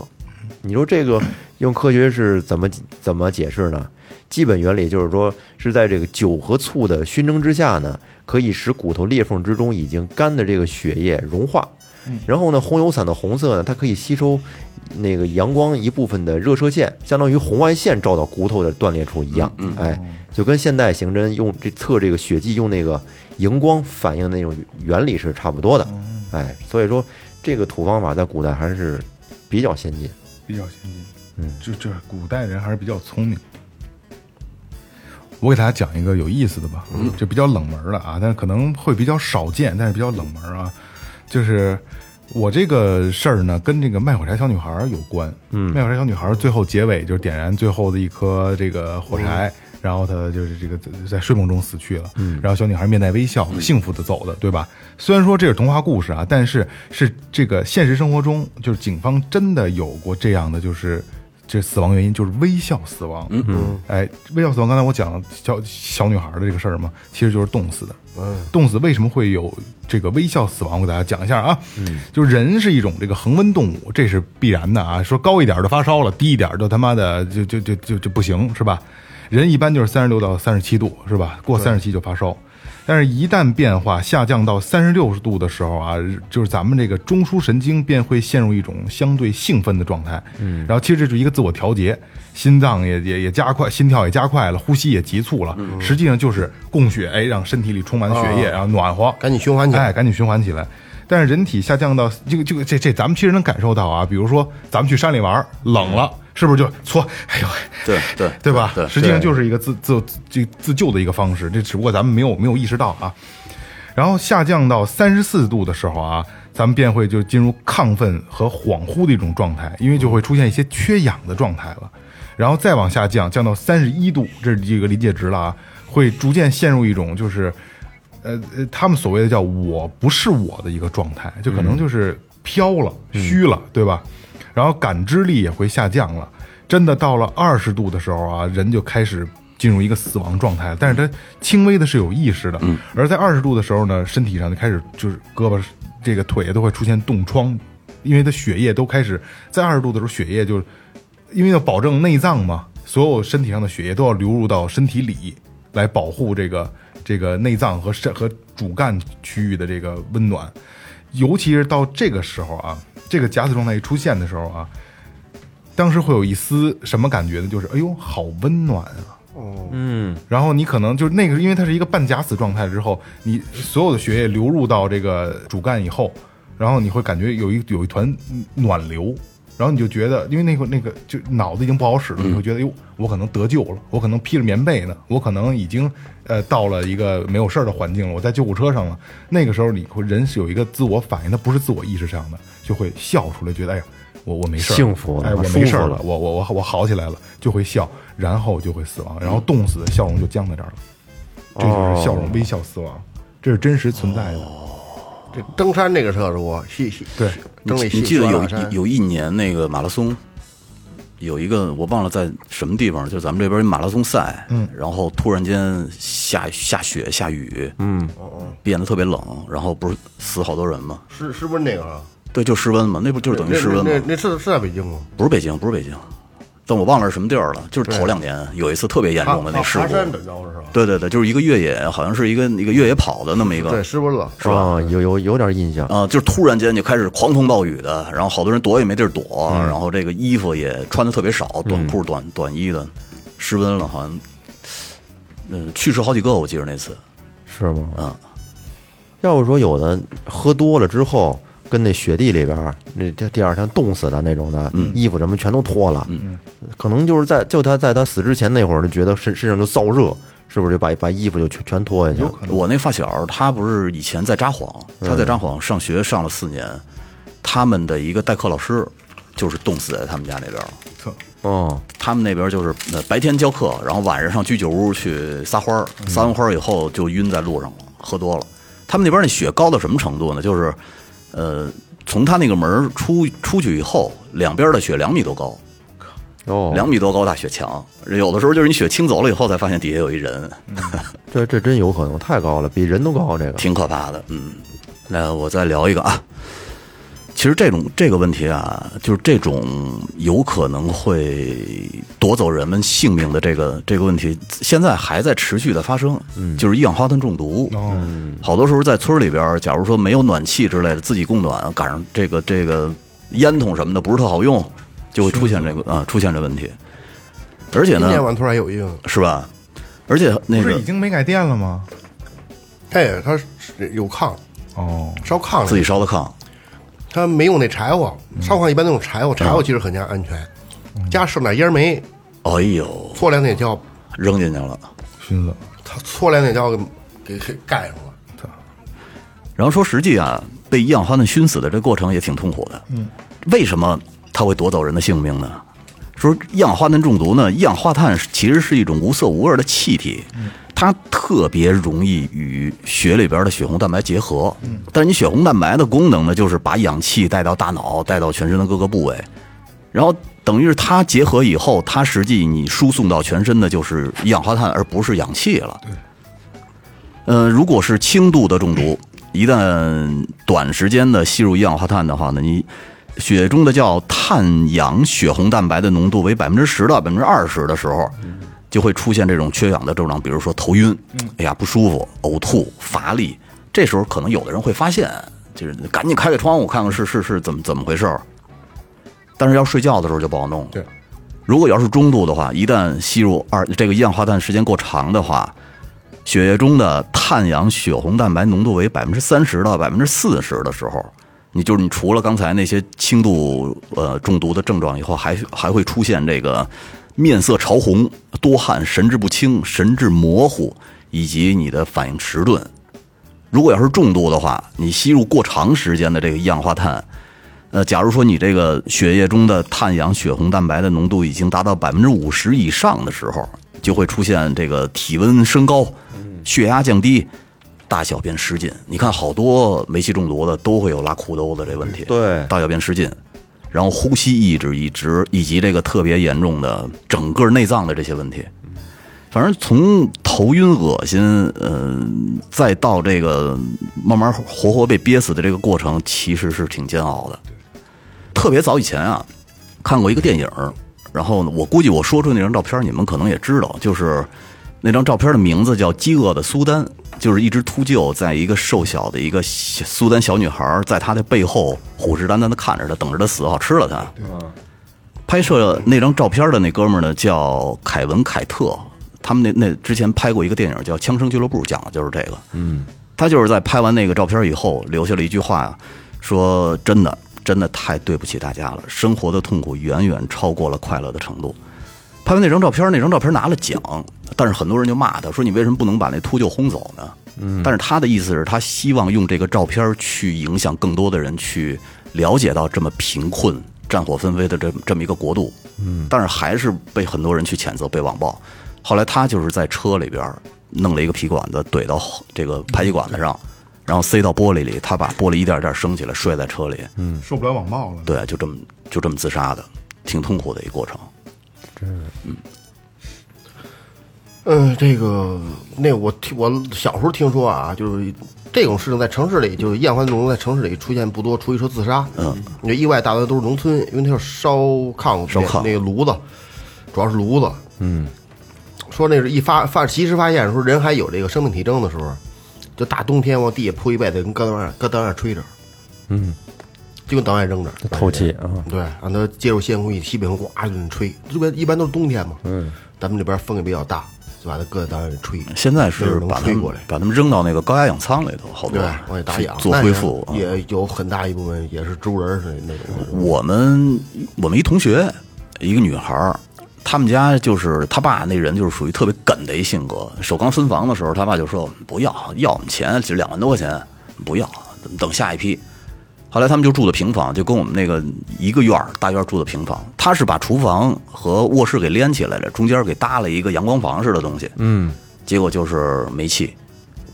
[SPEAKER 5] 你说这个用科学是怎么怎么解释呢？基本原理就是说是在这个酒和醋的熏蒸之下呢，可以使骨头裂缝之中已经干的这个血液融化。然后呢，红油伞的红色呢，它可以吸收那个阳光一部分的热射线，相当于红外线照到骨头的断裂处一样。哎，就跟现代刑侦用这测这个血迹用那个荧光反应那种原理是差不多的。哎，所以说这个土方法在古代还是比较先进。
[SPEAKER 1] 比较先进。
[SPEAKER 5] 嗯，
[SPEAKER 1] 就这古代人还是比较聪明。我给大家讲一个有意思的吧，
[SPEAKER 5] 嗯
[SPEAKER 1] 就比较冷门儿的啊，但是可能会比较少见，但是比较冷门儿啊。就是我这个事儿呢，跟这个卖火柴小女孩儿有关。嗯，卖火柴小女孩儿最后结尾就是点燃最后的一颗这个火柴，然后她就是这个在睡梦中死去了。嗯，然后小女孩面带微笑，幸福的走的，对吧？虽然说这是童话故事啊，但是是这个现实生活中，就是警方真的有过这样的，就是。这死亡原因就是微笑死亡。嗯嗯，哎，微笑死亡，刚才我讲了小小女孩的这个事儿嘛，其实就是冻死的。嗯，冻死为什么会有这个微笑死亡？我给大家讲一下啊。嗯，就人是一种这个恒温动物，这是必然的啊。说高一点儿就发烧了，低一点儿就他妈的就就就就就不行，是吧？人一般就是三十六到三十七度，是吧？过三十七就发烧。但是，一旦变化下降到三十六度的时候啊，就是咱们这个中枢神经便会陷入一种相对兴奋的状态。嗯，然后其实这是一个自我调节，心脏也也也加快，心跳也加快了，呼吸也急促了。
[SPEAKER 2] 嗯
[SPEAKER 1] 实际上就是供血，哎，让身体里充满血液，然后暖和，
[SPEAKER 2] 啊赶紧循环起来
[SPEAKER 1] 哎，赶紧循环起来。但是人体下降到这个这个这这，咱们其实能感受到啊。比如说，咱们去山里玩，冷了，是不是就搓？哎呦，
[SPEAKER 4] 对对
[SPEAKER 1] 对吧？
[SPEAKER 4] 对
[SPEAKER 1] 实际上就是一个自自这自救的一个方式，这只不过咱们没有没有意识到啊。然后下降到三十四度的时候啊，咱们便会就进入亢奋和恍惚的一种状态，因为就会出现一些缺氧的状态了。然后再往下降，降到三十一度，这是一个临界值了啊，会逐渐陷入一种就是，呃呃，他们所谓的叫“我不是我”的一个状态，就可能就是飘了、虚了，对吧？然后感知力也会下降了。真的到了二十度的时候啊，人就开始进入一个死亡状态，但是它轻微的是有意识的。而在二十度的时候呢，身体上就开始就是胳膊、这个腿都会出现冻疮，因为它血液都开始在二十度的时候，血液就因为要保证内脏嘛，所有身体上的血液都要流入到身体里，来保护这个这个内脏和肾和主干区域的这个温暖。尤其是到这个时候啊，这个假死状态一出现的时候啊，当时会有一丝什么感觉呢？就是哎呦，好温暖啊！
[SPEAKER 5] 嗯，
[SPEAKER 1] 然后你可能就是那个，因为它是一个半假死状态之后，你所有的血液流入到这个主干以后，然后你会感觉有一有一团暖流，然后你就觉得，因为那个那个就脑子已经不好使了，你会觉得哟，我可能得救了，我可能披着棉被呢，我可能已经呃到了一个没有事儿的环境了，我在救护车上了。那个时候你会人是有一个自我反应，它不是自我意识上的，就会笑出来，觉得哎呀。我我没事儿了，
[SPEAKER 5] 幸福了
[SPEAKER 1] 哎，我
[SPEAKER 5] 舒
[SPEAKER 1] 没事
[SPEAKER 5] 服
[SPEAKER 1] 儿
[SPEAKER 5] 了
[SPEAKER 1] 了，我我我我好起来了，就会笑，然后就会死亡，然后冻死的笑容就僵在这儿了，这就是笑
[SPEAKER 4] 哦
[SPEAKER 1] 容微笑死亡，这是真实存在的。
[SPEAKER 2] 这登山这个特殊，西西
[SPEAKER 1] 对，
[SPEAKER 2] 登那
[SPEAKER 4] 你
[SPEAKER 2] 西
[SPEAKER 4] 记得
[SPEAKER 2] 喜马
[SPEAKER 4] 有
[SPEAKER 2] 拉雅山
[SPEAKER 4] 一有一年那个马拉松，有一个我忘了在什么地方，就是咱们这边马拉松赛，嗯，然后突然间下下雪下雨，嗯，
[SPEAKER 2] 哦
[SPEAKER 4] 变得特别冷，然后不是死好多人吗？
[SPEAKER 2] 是是不是那个啊？
[SPEAKER 4] 对，就失温嘛，那不就是等于
[SPEAKER 2] 那
[SPEAKER 4] 失温
[SPEAKER 2] 那
[SPEAKER 4] 吗？
[SPEAKER 2] 那是是在北京吗？
[SPEAKER 4] 不是北京，不是北京，但我忘了是什么地儿了。就是头两年有一次特别严
[SPEAKER 2] 爬
[SPEAKER 4] 重的那
[SPEAKER 2] 啊爬
[SPEAKER 4] 事
[SPEAKER 2] 爬山
[SPEAKER 4] 故，
[SPEAKER 2] 怎着是吧？
[SPEAKER 4] 对对对，就是一个越野，好像是一个一个越野跑的那么一个，
[SPEAKER 2] 对，是不是了？
[SPEAKER 5] 是吧？啊有有有点印象。
[SPEAKER 4] 啊、就是突然间就开始狂风暴雨的，然后好多人躲也没地儿躲，然后这个衣服也穿的特别少，短裤、短短衣的，失温了，好像，嗯、去世好几个，我记得那次，
[SPEAKER 5] 是吗？
[SPEAKER 4] 嗯，
[SPEAKER 5] 要不说有的喝多了之后，跟那雪地里边儿，那这第二天冻死的那种的，衣服什么嗯全都脱了，可能就是在就他在他死之前那会儿就觉得身身上就燥热，是不是就把把衣服就全全脱下去了？
[SPEAKER 4] 我那发小，他不是以前在札幌，他在札幌上学上了四年，他们的一个代课老师就是冻死在他们家那边了。
[SPEAKER 1] 操，
[SPEAKER 5] 哦，
[SPEAKER 4] 他们那边就是呃白天教课，然后晚上上居酒屋去撒欢儿，撒完欢儿以后就晕在路上了，喝多了。他们那边那雪高到什么程度呢？就是，呃，从他那个门儿出出去以后，两边的雪两米多高，
[SPEAKER 5] 哦，
[SPEAKER 4] 两米多高大雪墙。有的时候就是你雪清走了以后，才发现底下有一人，
[SPEAKER 5] 这这真有可能太高了，比人都高这个。
[SPEAKER 4] 挺可怕的。嗯，那我再聊一个啊。其实这种这个问题啊，就是这种有可能会夺走人们性命的这个这个问题，现在还在持续的发生。嗯，就是一氧化碳中毒。
[SPEAKER 1] 哦，
[SPEAKER 4] 好多时候在村里边儿，假如说没有暖气之类的，自己供暖，赶上这个这个烟筒什么的不是特好用，就会出现这个啊、出现这问题。而且
[SPEAKER 2] 今
[SPEAKER 4] 呢
[SPEAKER 2] 天，晚突然有一个，
[SPEAKER 4] 是吧？而且那
[SPEAKER 1] 不
[SPEAKER 4] 个
[SPEAKER 1] 是已经没改电了吗？
[SPEAKER 2] 哎，他是有炕，
[SPEAKER 1] 哦，
[SPEAKER 2] 烧炕
[SPEAKER 4] 自己
[SPEAKER 2] 里，
[SPEAKER 4] 烧的炕，
[SPEAKER 2] 他没用那柴火，烧炕一般都用柴火，
[SPEAKER 4] 嗯
[SPEAKER 2] 柴火其实很加安全，加上点烟煤，
[SPEAKER 4] 哎呦，
[SPEAKER 2] 搓两点胶，
[SPEAKER 4] 扔进去了。
[SPEAKER 1] 熏死了，
[SPEAKER 2] 他搓两点胶给给给盖上了。
[SPEAKER 4] 然后说实际啊，被一氧化碳熏死的这过程也挺痛苦的。嗯，为什么它会夺走人的性命呢？说一氧化碳中毒呢，一氧化碳是其实是一种无色无味的气体，它特别容易与血里边的血红蛋白结合。嗯，但是你血红蛋白的功能呢，就是把氧气带到大脑，带到全身的各个部位，然后等于是它结合以后，它实际你输送到全身的就是一氧化碳，而不是氧气了。呃，如果是轻度的中毒，一旦短时间的吸入一氧化碳的话呢，你血中的叫碳氧血红蛋白的浓度为百分之十到百分之二十的时候，就会出现这种缺氧的症状，比如说头晕，哎呀不舒服、呕吐、乏力。这时候可能有的人会发现，就是赶紧开开窗户看看是是是怎么怎么回事儿。但是要睡觉的时候就不好弄了。
[SPEAKER 1] 对
[SPEAKER 4] 如果要是中度的话，一旦吸入二这个一氧化碳时间过长的话，血液中的碳氧血红蛋白浓度为百分之三十到百分之四十的时候，你就是你除了刚才那些轻度呃中毒的症状以后，还还会出现这个面色潮红、多汗、神志不清、神志模糊，以及你的反应迟钝。如果要是重度的话，你吸入过长时间的这个一氧化碳，呃，假如说你这个血液中的碳氧血红蛋白的浓度已经达到百分之五十以上的时候，就会出现这个体温升高、血压降低、大小便失禁。你看，好多煤气中毒的都会有拉裤兜子这问题，
[SPEAKER 5] 对
[SPEAKER 4] 大小便失禁，然后呼吸抑制一直以及这个特别严重的整个内脏的这些问题。反正从头晕、恶心，呃，再到这个慢慢活活被憋死的这个过程，其实是挺煎熬的。特别早以前啊，看过一个电影儿，然后呢我估计我说出那张照片儿，你们可能也知道，就是那张照片的名字叫《饥饿的苏丹》，就是一只秃鹫在一个瘦小的一个小苏丹小女孩儿在她的背后虎视眈眈的看着她，等着她死，好吃了她。拍摄那张照片的那哥们儿呢，叫凯文·凯特。他们那那之前拍过一个电影叫《枪声俱乐部》，讲的就是这个。嗯，他就是在拍完那个照片以后，留下了一句话呀，说：“真的，真的太对不起大家了，生活的痛苦远远超过了快乐的程度。”拍完那张照片，那张照片拿了奖，但是很多人就骂他说：“你为什么不能把那秃鹫轰走呢？”嗯，但是他的意思是，他希望用这个照片去影响更多的人去了解到这么贫困、战火纷飞的这这么一个国度。嗯，但是还是被很多人去谴责、被网暴。后来他就是在车里边弄了一个皮管子怼到后这个排气管子上，然后塞到玻璃里，他把玻璃一点一点升起来，摔在车里。嗯，
[SPEAKER 1] 受不了网暴了。
[SPEAKER 4] 对，就这么就这么自杀的，挺痛苦的一个过程。
[SPEAKER 2] 嗯，这个那我听我小时候听说啊，就是这种事情在城市里，就是一氧化碳中毒在城市里出现不多，除非说自杀。嗯，你意外大多都是农村，因为它要烧炕，
[SPEAKER 4] 烧炕
[SPEAKER 2] 那个炉子，主要是炉子。嗯，说那是一发发及时发现说人还有这个生命体征的时候，就大冬天往地下铺一被子，跟钢蛋搁导弹吹着，嗯，就跟导弹扔着，
[SPEAKER 5] 透气啊，
[SPEAKER 2] 对，让它接受新鲜空气，西北风呱就给你吹。这边一般都是冬天嘛，嗯，咱们这边风也比较大，就把它搁在当里吹。
[SPEAKER 4] 现在是
[SPEAKER 2] 就是能
[SPEAKER 4] 把他
[SPEAKER 2] 吹
[SPEAKER 4] 们
[SPEAKER 2] 过来
[SPEAKER 4] 把他们扔到那个高压氧舱里头，好多
[SPEAKER 2] 对，往里打氧，
[SPEAKER 4] 做恢复。啊
[SPEAKER 2] 那也也有很大一部分
[SPEAKER 4] <laughs>
[SPEAKER 2] 也是植物人儿是那种。
[SPEAKER 4] 我们我们一同学，一个女孩儿，他们家就是他爸那人就是属于特别梗的一性格。首钢分房的时候，他爸就说不要，要我们钱，就两万多块钱，不要，等下一批。后来他们就住的平房，就跟我们那个一个院儿大院儿住的平房。他是把厨房和卧室给连起来了，中间给搭了一个阳光房似的东西。嗯，结果就是煤气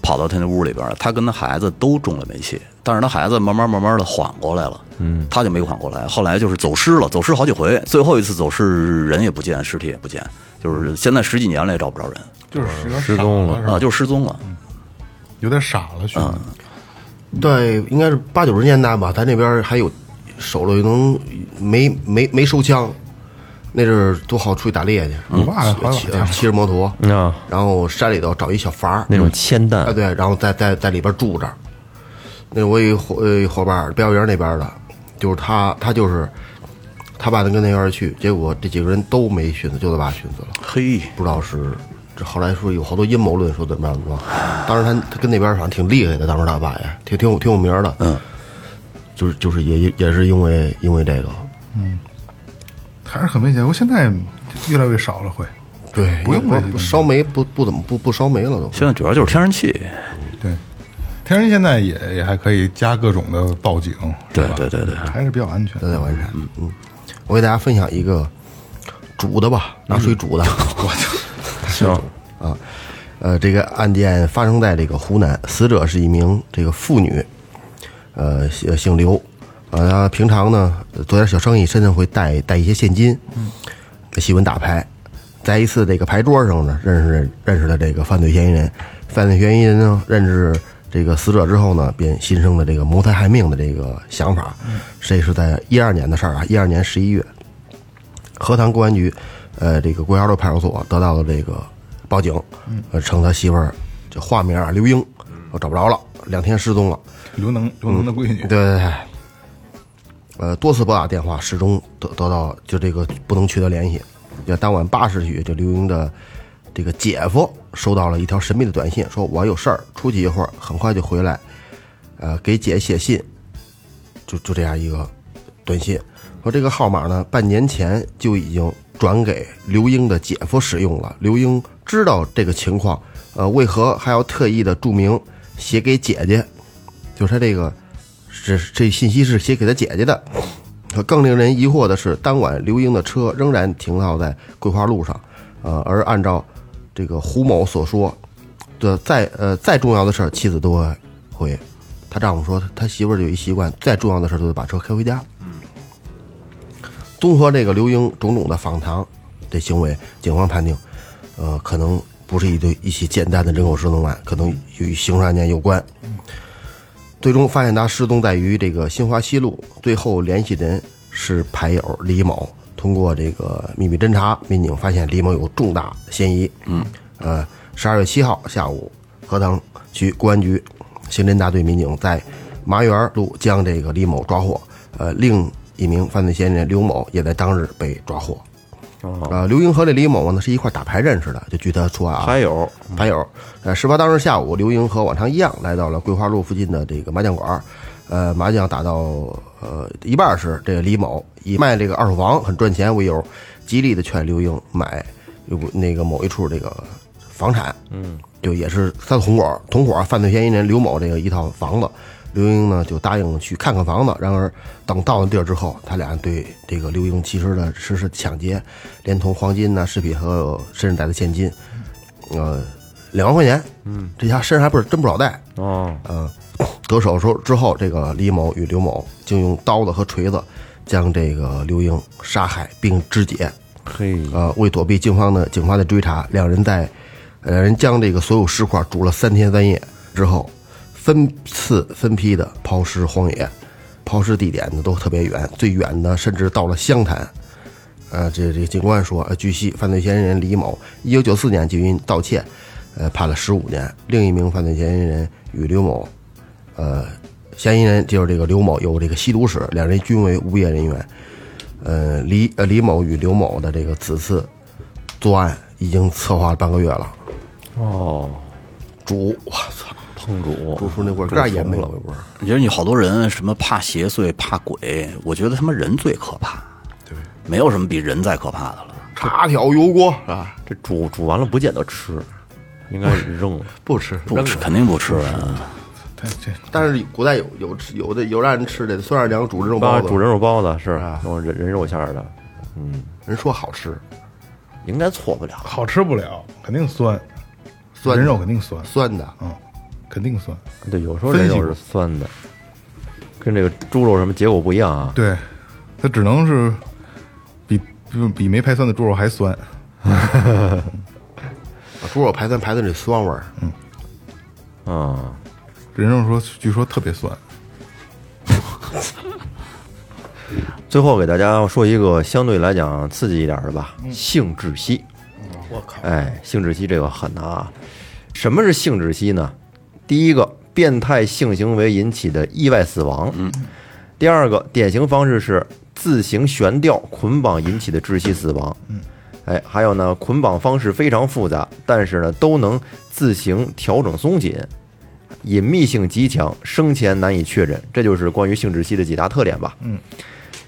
[SPEAKER 4] 跑到他那屋里边了。他跟他孩子都中了煤气，但是他孩子慢慢慢慢的缓过来了。嗯，他就没缓过来。后来就是走失了，走失好几回，最后一次走失人也不见，尸体也不见，就是现在十几年了也找不着人
[SPEAKER 1] 就是
[SPEAKER 5] 失踪了
[SPEAKER 1] 了，
[SPEAKER 4] 啊，就嗯失踪了。
[SPEAKER 1] 有点傻了，兄弟。
[SPEAKER 2] 对，应该是八九十年代吧，咱那边还有手里能没没没收枪，那阵儿都好出去打猎去，
[SPEAKER 1] 我爸好像
[SPEAKER 2] 骑骑着摩托，
[SPEAKER 5] 啊，
[SPEAKER 2] 然后山里头找一小房儿，
[SPEAKER 5] 那种铅弹
[SPEAKER 2] 啊，对，然后在在在里边住着。那我一伙呃一伙伴儿，标园那边的，就是他，他就是他爸能跟那院儿去，结果这几个人都没寻死，就他爸寻死了，
[SPEAKER 4] 嘿，
[SPEAKER 2] 不知道是这后来说有好多阴谋论说怎么样怎么着。当时他他跟那边儿反正挺厉害的，当时他爸也挺挺有挺有名儿的，嗯，就是就是也也也是因为因为这个，
[SPEAKER 1] 还是很危险。我现在越来越少了，会
[SPEAKER 2] 对，
[SPEAKER 1] 不用
[SPEAKER 2] 因为
[SPEAKER 1] 这个
[SPEAKER 2] 烧煤不不怎么不不烧煤了都，
[SPEAKER 4] 现在主要就是天然气。
[SPEAKER 1] 对。天然气现在也也还可以加各种的报警，是
[SPEAKER 4] 对
[SPEAKER 1] 吧
[SPEAKER 4] 对对对，
[SPEAKER 1] 还是比较安全。
[SPEAKER 2] 都在完善。嗯，我给大家分享一个煮的吧，拿水煮 <laughs> 的。嗯我操，行啊，呃，这个案件发生在这个湖南，死者是一名这个妇女，呃，姓姓刘，呃，她平常呢呃做点小生意，身上会带带一些现金，喜欢打牌，在一次这个牌桌上呢，认识认识了这个犯罪嫌疑人，犯罪嫌疑人呢认识这个死者之后呢，便心生了这个谋财害命的这个想法，这是在一二年的事儿啊，一二年十一月，荷塘公安局，呃，这个郭家路派出所得到了这个报警，呃，称他媳妇儿这化名啊刘英，我找不着了，两天失踪了。
[SPEAKER 1] 刘能，刘能的
[SPEAKER 4] 嗯
[SPEAKER 1] 闺女
[SPEAKER 2] 对，对对，呃，多次拨打电话，始终得得到就这个不能取得联系。就当晚八时许，这刘英的这个姐夫收到了一条神秘的短信，说我有事儿，出去一会儿，很快就回来。呃，给姐写信，就就这样一个短信，说这个号码呢，半年前就已经转给刘英的姐夫使用了。刘英知道这个情况，呃，为何还要特意的注明写给姐姐？就是他这个这这信息是写给他姐姐的。更令人疑惑的是，当晚刘英的车仍然停靠在桂花路上，呃，而按照这个胡某所说的，再呃再重要的事儿，妻子都会会。她丈夫说，他他媳妇儿有一习惯，再重要的事儿都得把车开回家。综合这个刘英种种的访谈这行为，警方判定，呃，可能不是一对一起简单的人口失踪案，可能与刑事案件有关。最终发现他失踪在于这个新华西路，最后联系人是牌友李某。通过这个秘密侦查，民警发现李某有重大嫌疑。嗯，呃，十二月七号下午，荷塘区公安局刑侦大队民警在麻园路将这个李某抓获。呃，另一名犯罪嫌疑人刘某也在当日被抓获。呃，刘英和这李某呢是一块打牌认识的，就据他说啊，
[SPEAKER 5] 还有
[SPEAKER 2] 还有，呃，事发当日下午，刘英和往常一样来到了桂花路附近的这个麻将馆儿，呃，麻将打到呃一半时，这个李某以卖这个二手房很赚钱为由，极力的劝刘英买有那个某一处这个房产，嗯，就也是他的同伙同伙犯罪嫌疑人刘某这个一套房子。刘英呢就答应去看看房子，然而等到了地儿之后，他俩对这个刘英实施的实施抢劫，连同黄金呐、饰品和身上带的现金，呃，两万块钱，嗯，这家身上还不是真不少带，
[SPEAKER 5] 哦，
[SPEAKER 2] 呃，得手之后之后，这个李某与刘某竟用刀子和锤子将这个刘英杀害并肢解，
[SPEAKER 5] 嘿，
[SPEAKER 2] 呃，为躲避警方的警方的追查，两人在呃两人将这个所有尸块煮了三天三夜之后，分次分批的抛尸荒野，抛尸地点呢都特别远，最远的甚至到了湘潭。呃，这这个警官说，呃，据悉，犯罪嫌疑人李某一九九四年就因盗窃，呃，判了十五年。另一名犯罪嫌疑人与刘某，呃，嫌疑人就是这个刘某有这个吸毒史，两人均为无业人员。呃，李呃李某与刘某的这个此次作案已经策划了半个月了。
[SPEAKER 5] 哦，
[SPEAKER 2] 煮，我操，
[SPEAKER 5] 碰主
[SPEAKER 2] 煮出那味儿，这儿也没有味儿。
[SPEAKER 4] 你觉得你好多人什么怕邪祟、怕鬼，我觉得他妈人最可怕。对，没有什么比人再可怕的了。
[SPEAKER 2] 八条油锅啊，
[SPEAKER 5] 这煮煮完了不见得吃，应
[SPEAKER 2] <laughs>
[SPEAKER 5] 该是扔了。
[SPEAKER 2] 不吃。
[SPEAKER 4] 不吃肯定不吃啊。
[SPEAKER 1] 对这
[SPEAKER 2] 但是古代有有吃有的有让人吃的酸二娘煮这种包
[SPEAKER 5] 啊，
[SPEAKER 2] 子，啊
[SPEAKER 5] 煮人肉包子是用人人肉馅儿的，
[SPEAKER 2] 人说好吃，
[SPEAKER 5] 应该错不了。
[SPEAKER 1] 好吃不了，肯定酸，
[SPEAKER 2] 酸
[SPEAKER 1] 人肉肯定酸，
[SPEAKER 2] 酸的，
[SPEAKER 1] 嗯，肯定酸。
[SPEAKER 5] 对，有时候人肉是酸的，跟这个猪肉什么结果不一样啊。
[SPEAKER 1] 对，它只能是比比比没排酸的猪肉还酸。
[SPEAKER 2] 啊猪肉排酸排的这酸味儿，
[SPEAKER 5] 啊，
[SPEAKER 1] 人肉说，据说特别酸，
[SPEAKER 5] 最后给大家说一个相对来讲刺激一点的吧，性窒息。
[SPEAKER 2] 嗯我靠，
[SPEAKER 5] 哎，性窒息这个狠啊！什么是性窒息呢？第一个，变态性行为引起的意外死亡；
[SPEAKER 2] 嗯
[SPEAKER 5] 第二个，典型方式是自行悬吊、捆绑引起的窒息死亡。
[SPEAKER 2] 嗯
[SPEAKER 5] 哎，还有呢，捆绑方式非常复杂，但是呢，都能自行调整松紧，隐秘性极强，生前难以确诊。这就是关于性窒息的几大特点吧。嗯，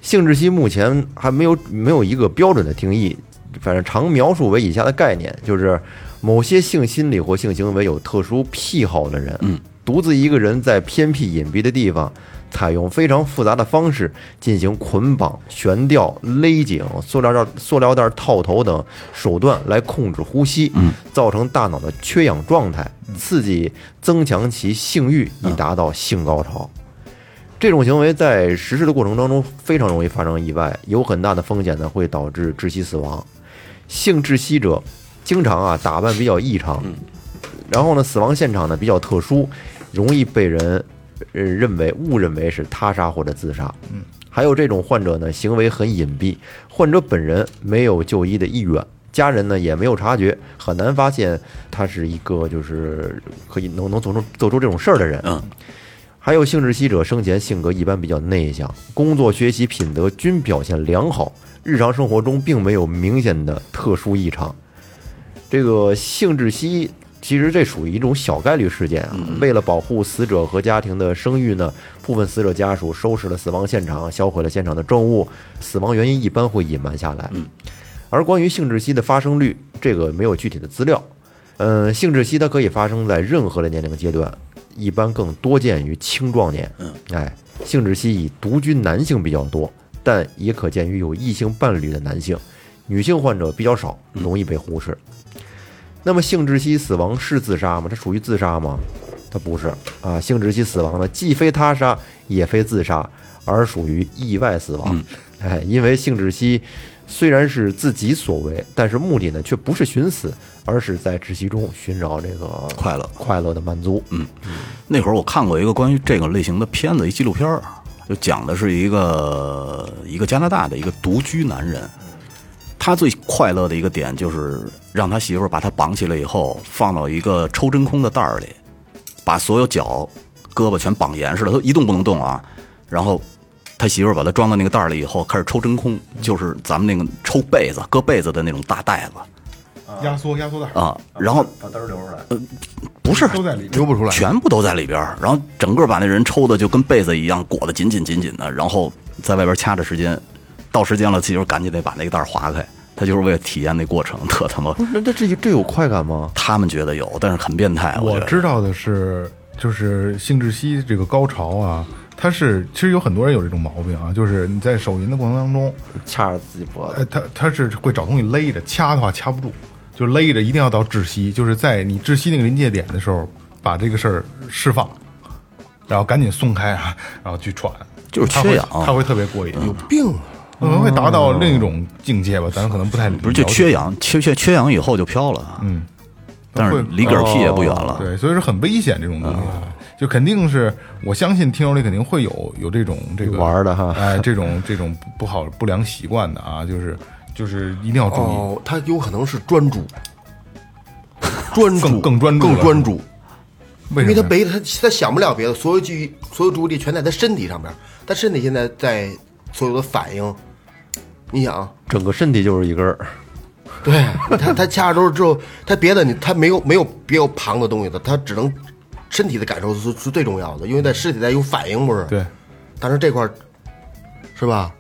[SPEAKER 5] 性窒息目前还没有没有一个标准的定义，反正常描述为以下的概念，就是某些性心理或性行为有特殊癖好的人，嗯，独自一个人在偏僻隐蔽的地方。采用非常复杂的方式进行捆绑、悬吊、勒颈、塑料袋、塑料袋套头等手段来控制呼吸，造成大脑的缺氧状态，刺激增强其性欲，以达到性高潮。这种行为在实施的过程当中非常容易发生意外，有很大的风险呢会导致窒息死亡。性窒息者经常啊打扮比较异常，然后呢死亡现场呢比较特殊，容易被人呃认为误认为是他杀或者自杀。嗯，还有这种患者呢行为很隐蔽，患者本人没有就医的意愿。家人呢也没有察觉，很难发现他是一个就是可以能能做出做出这种事儿的人。
[SPEAKER 4] 嗯，
[SPEAKER 5] 还有性窒息者生前性格一般比较内向，工作、学习、品德均表现良好，日常生活中并没有明显的特殊异常。这个性窒息其实这属于一种小概率事件啊。为了保护死者和家庭的声誉呢，部分死者家属收拾了死亡现场，销毁了现场的证物，死亡原因一般会隐瞒下来。而关于性窒息的发生率，这个没有具体的资料。嗯，性窒息它可以发生在任何的年龄阶段，一般更多见于青壮年。嗯，哎，性窒息以独居男性比较多，但也可见于有异性伴侣的男性，女性患者比较少，容易被忽视。那么性窒息死亡是自杀吗？这属于自杀吗？它不是啊，性窒息死亡呢，既非他杀，也非自杀，而属于意外死亡。哎，因为性窒息虽然是自己所为，但是目的呢却不是寻死，而是在窒息中寻找这个
[SPEAKER 4] 快乐
[SPEAKER 5] 快乐的满足。嗯，
[SPEAKER 4] 那会儿我看过一个关于这个类型的片子，一纪录片儿，就讲的是一个一个加拿大的一个独居男人，他最快乐的一个点就是让他媳妇儿把他绑起来以后，放到一个抽真空的袋儿里，把所有脚、胳膊全绑严实了，他一动不能动啊。然后他媳妇儿把他装到那个袋儿里以后，开始抽真空，就是咱们那个抽被子、搁被子的那种大袋子
[SPEAKER 1] 压缩压缩袋
[SPEAKER 4] 啊。然后呃
[SPEAKER 3] 把嘚儿流出来。
[SPEAKER 4] 不是
[SPEAKER 1] 都在里面。
[SPEAKER 2] 流不出来，
[SPEAKER 4] 全部都在里边儿，然后整个把那人抽的就跟被子一样裹得紧紧紧紧的，然后在外边掐着时间，到时间了，自己就赶紧得把那个袋儿划开。他就是为了体验那过程， <laughs> 特他妈，
[SPEAKER 5] 不是，那这这这有快感吗？
[SPEAKER 4] 他们觉得有，但是很变态。我觉
[SPEAKER 1] 我
[SPEAKER 4] 得
[SPEAKER 1] 知道的是，就是性窒息这个高潮啊，它是其实有很多人有这种毛病啊，就是你在手淫的过程当中，
[SPEAKER 5] 掐着自己脖子，
[SPEAKER 1] 呃，它它是会找东西勒着，掐的话掐不住，就勒着，一定要到窒息，就是在你窒息那个临界点的时候，把这个事儿释放，然后赶紧松开啊，然后去喘，
[SPEAKER 4] 就是
[SPEAKER 1] 它会
[SPEAKER 4] 缺氧嗯
[SPEAKER 1] 它会特别过瘾，有病、可能会达到另一种境界吧，咱可能不太
[SPEAKER 4] 不是就缺氧，缺缺缺氧以后就飘了，嗯，但是离嗝屁也不远了。
[SPEAKER 1] 对，所以说很危险这种东西，就肯定是我相信听友里肯定会有有这种这个
[SPEAKER 5] 玩儿的哈
[SPEAKER 1] 哎，这种这种不好不良习惯的啊，就是就是一定要注意，
[SPEAKER 2] 哦，他有可能是专注，专注
[SPEAKER 1] 更更专注了
[SPEAKER 2] 更专注，
[SPEAKER 1] 为
[SPEAKER 2] 因为
[SPEAKER 1] 什
[SPEAKER 2] 他
[SPEAKER 1] 么呀？
[SPEAKER 2] 没他他想不了别的，所有注意所有注意力全在他身体上边儿，他身体现在在所有的反应，你想，
[SPEAKER 1] <laughs>
[SPEAKER 5] 整个身体就是一根 <laughs> 儿。
[SPEAKER 2] 对他他掐着都是之后，他别的你他没有没有别有旁的东西的，他只能身体的感受是是最重要的，因为在身体在有反应不是？
[SPEAKER 1] 对，
[SPEAKER 2] 但是这块儿是吧？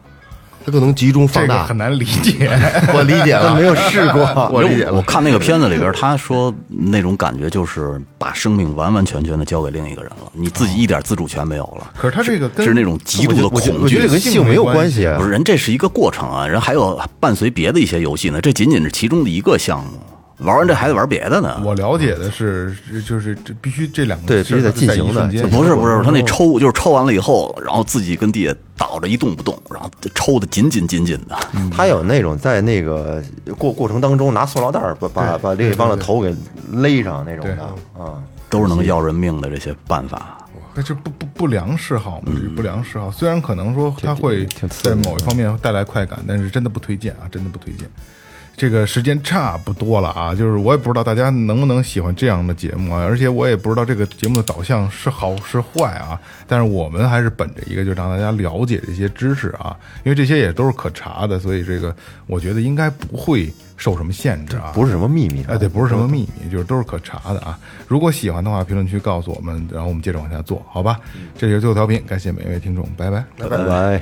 [SPEAKER 2] 它更能集中放
[SPEAKER 1] 这个
[SPEAKER 2] 大。
[SPEAKER 1] 很难理解。
[SPEAKER 2] 我理解
[SPEAKER 1] <laughs>
[SPEAKER 2] 了，，
[SPEAKER 5] 没有试 <laughs> 过
[SPEAKER 2] 我理解
[SPEAKER 4] 我
[SPEAKER 2] 了。
[SPEAKER 4] 看那个片子里边，他说那种感觉就是把生命完完全全的交给另一个人了，你自己一点自主权没有了，
[SPEAKER 1] 可是他这个跟
[SPEAKER 4] 是那种极度的
[SPEAKER 5] 我觉得
[SPEAKER 4] 恐
[SPEAKER 5] 我觉
[SPEAKER 4] 惧
[SPEAKER 5] 得这。跟性没有关系啊
[SPEAKER 4] 不。是人，这是一个过程啊，人还有伴随别的一些游戏呢，这仅仅是其中的一个项目。玩完这还得玩别的呢。
[SPEAKER 1] 我了解的是，是就是这必须这两个
[SPEAKER 5] 对
[SPEAKER 1] 事
[SPEAKER 5] 必须
[SPEAKER 1] 儿
[SPEAKER 5] 得
[SPEAKER 1] 都
[SPEAKER 5] 进
[SPEAKER 1] 在一
[SPEAKER 5] 行的
[SPEAKER 1] 瞬间
[SPEAKER 5] 就
[SPEAKER 4] 不是不是，他那抽就是抽完了以后，然后自己跟地下倒着一动不动，然后抽的紧紧紧紧的。
[SPEAKER 5] 他有那种在那个过过程当中拿塑料袋儿把把把另一帮的头给勒上那种的啊。
[SPEAKER 4] 都是能要人命的这些办法。
[SPEAKER 1] 那就不不不良嗜好嘛，是不良嗜好。虽然可能说它会在某一方面带来快感，但是真的不推荐啊，真的不推荐。这个时间差不多了啊，就是我也不知道大家能不能喜欢这样的节目啊，而且我也不知道这个节目的导向是好是坏啊。但是我们还是本着一个，就让大家了解这些知识啊，因为这些也都是可查的，所以这个我觉得应该不会受什么限制啊。
[SPEAKER 5] 不是什么秘密
[SPEAKER 1] 哎，对，不是什么秘密，就是都是可查的啊。如果喜欢的话，评论区告诉我们，然后我们接着往嗯下做，好吧？这就是最后调频，感谢每一位听众，拜拜。
[SPEAKER 5] 拜拜。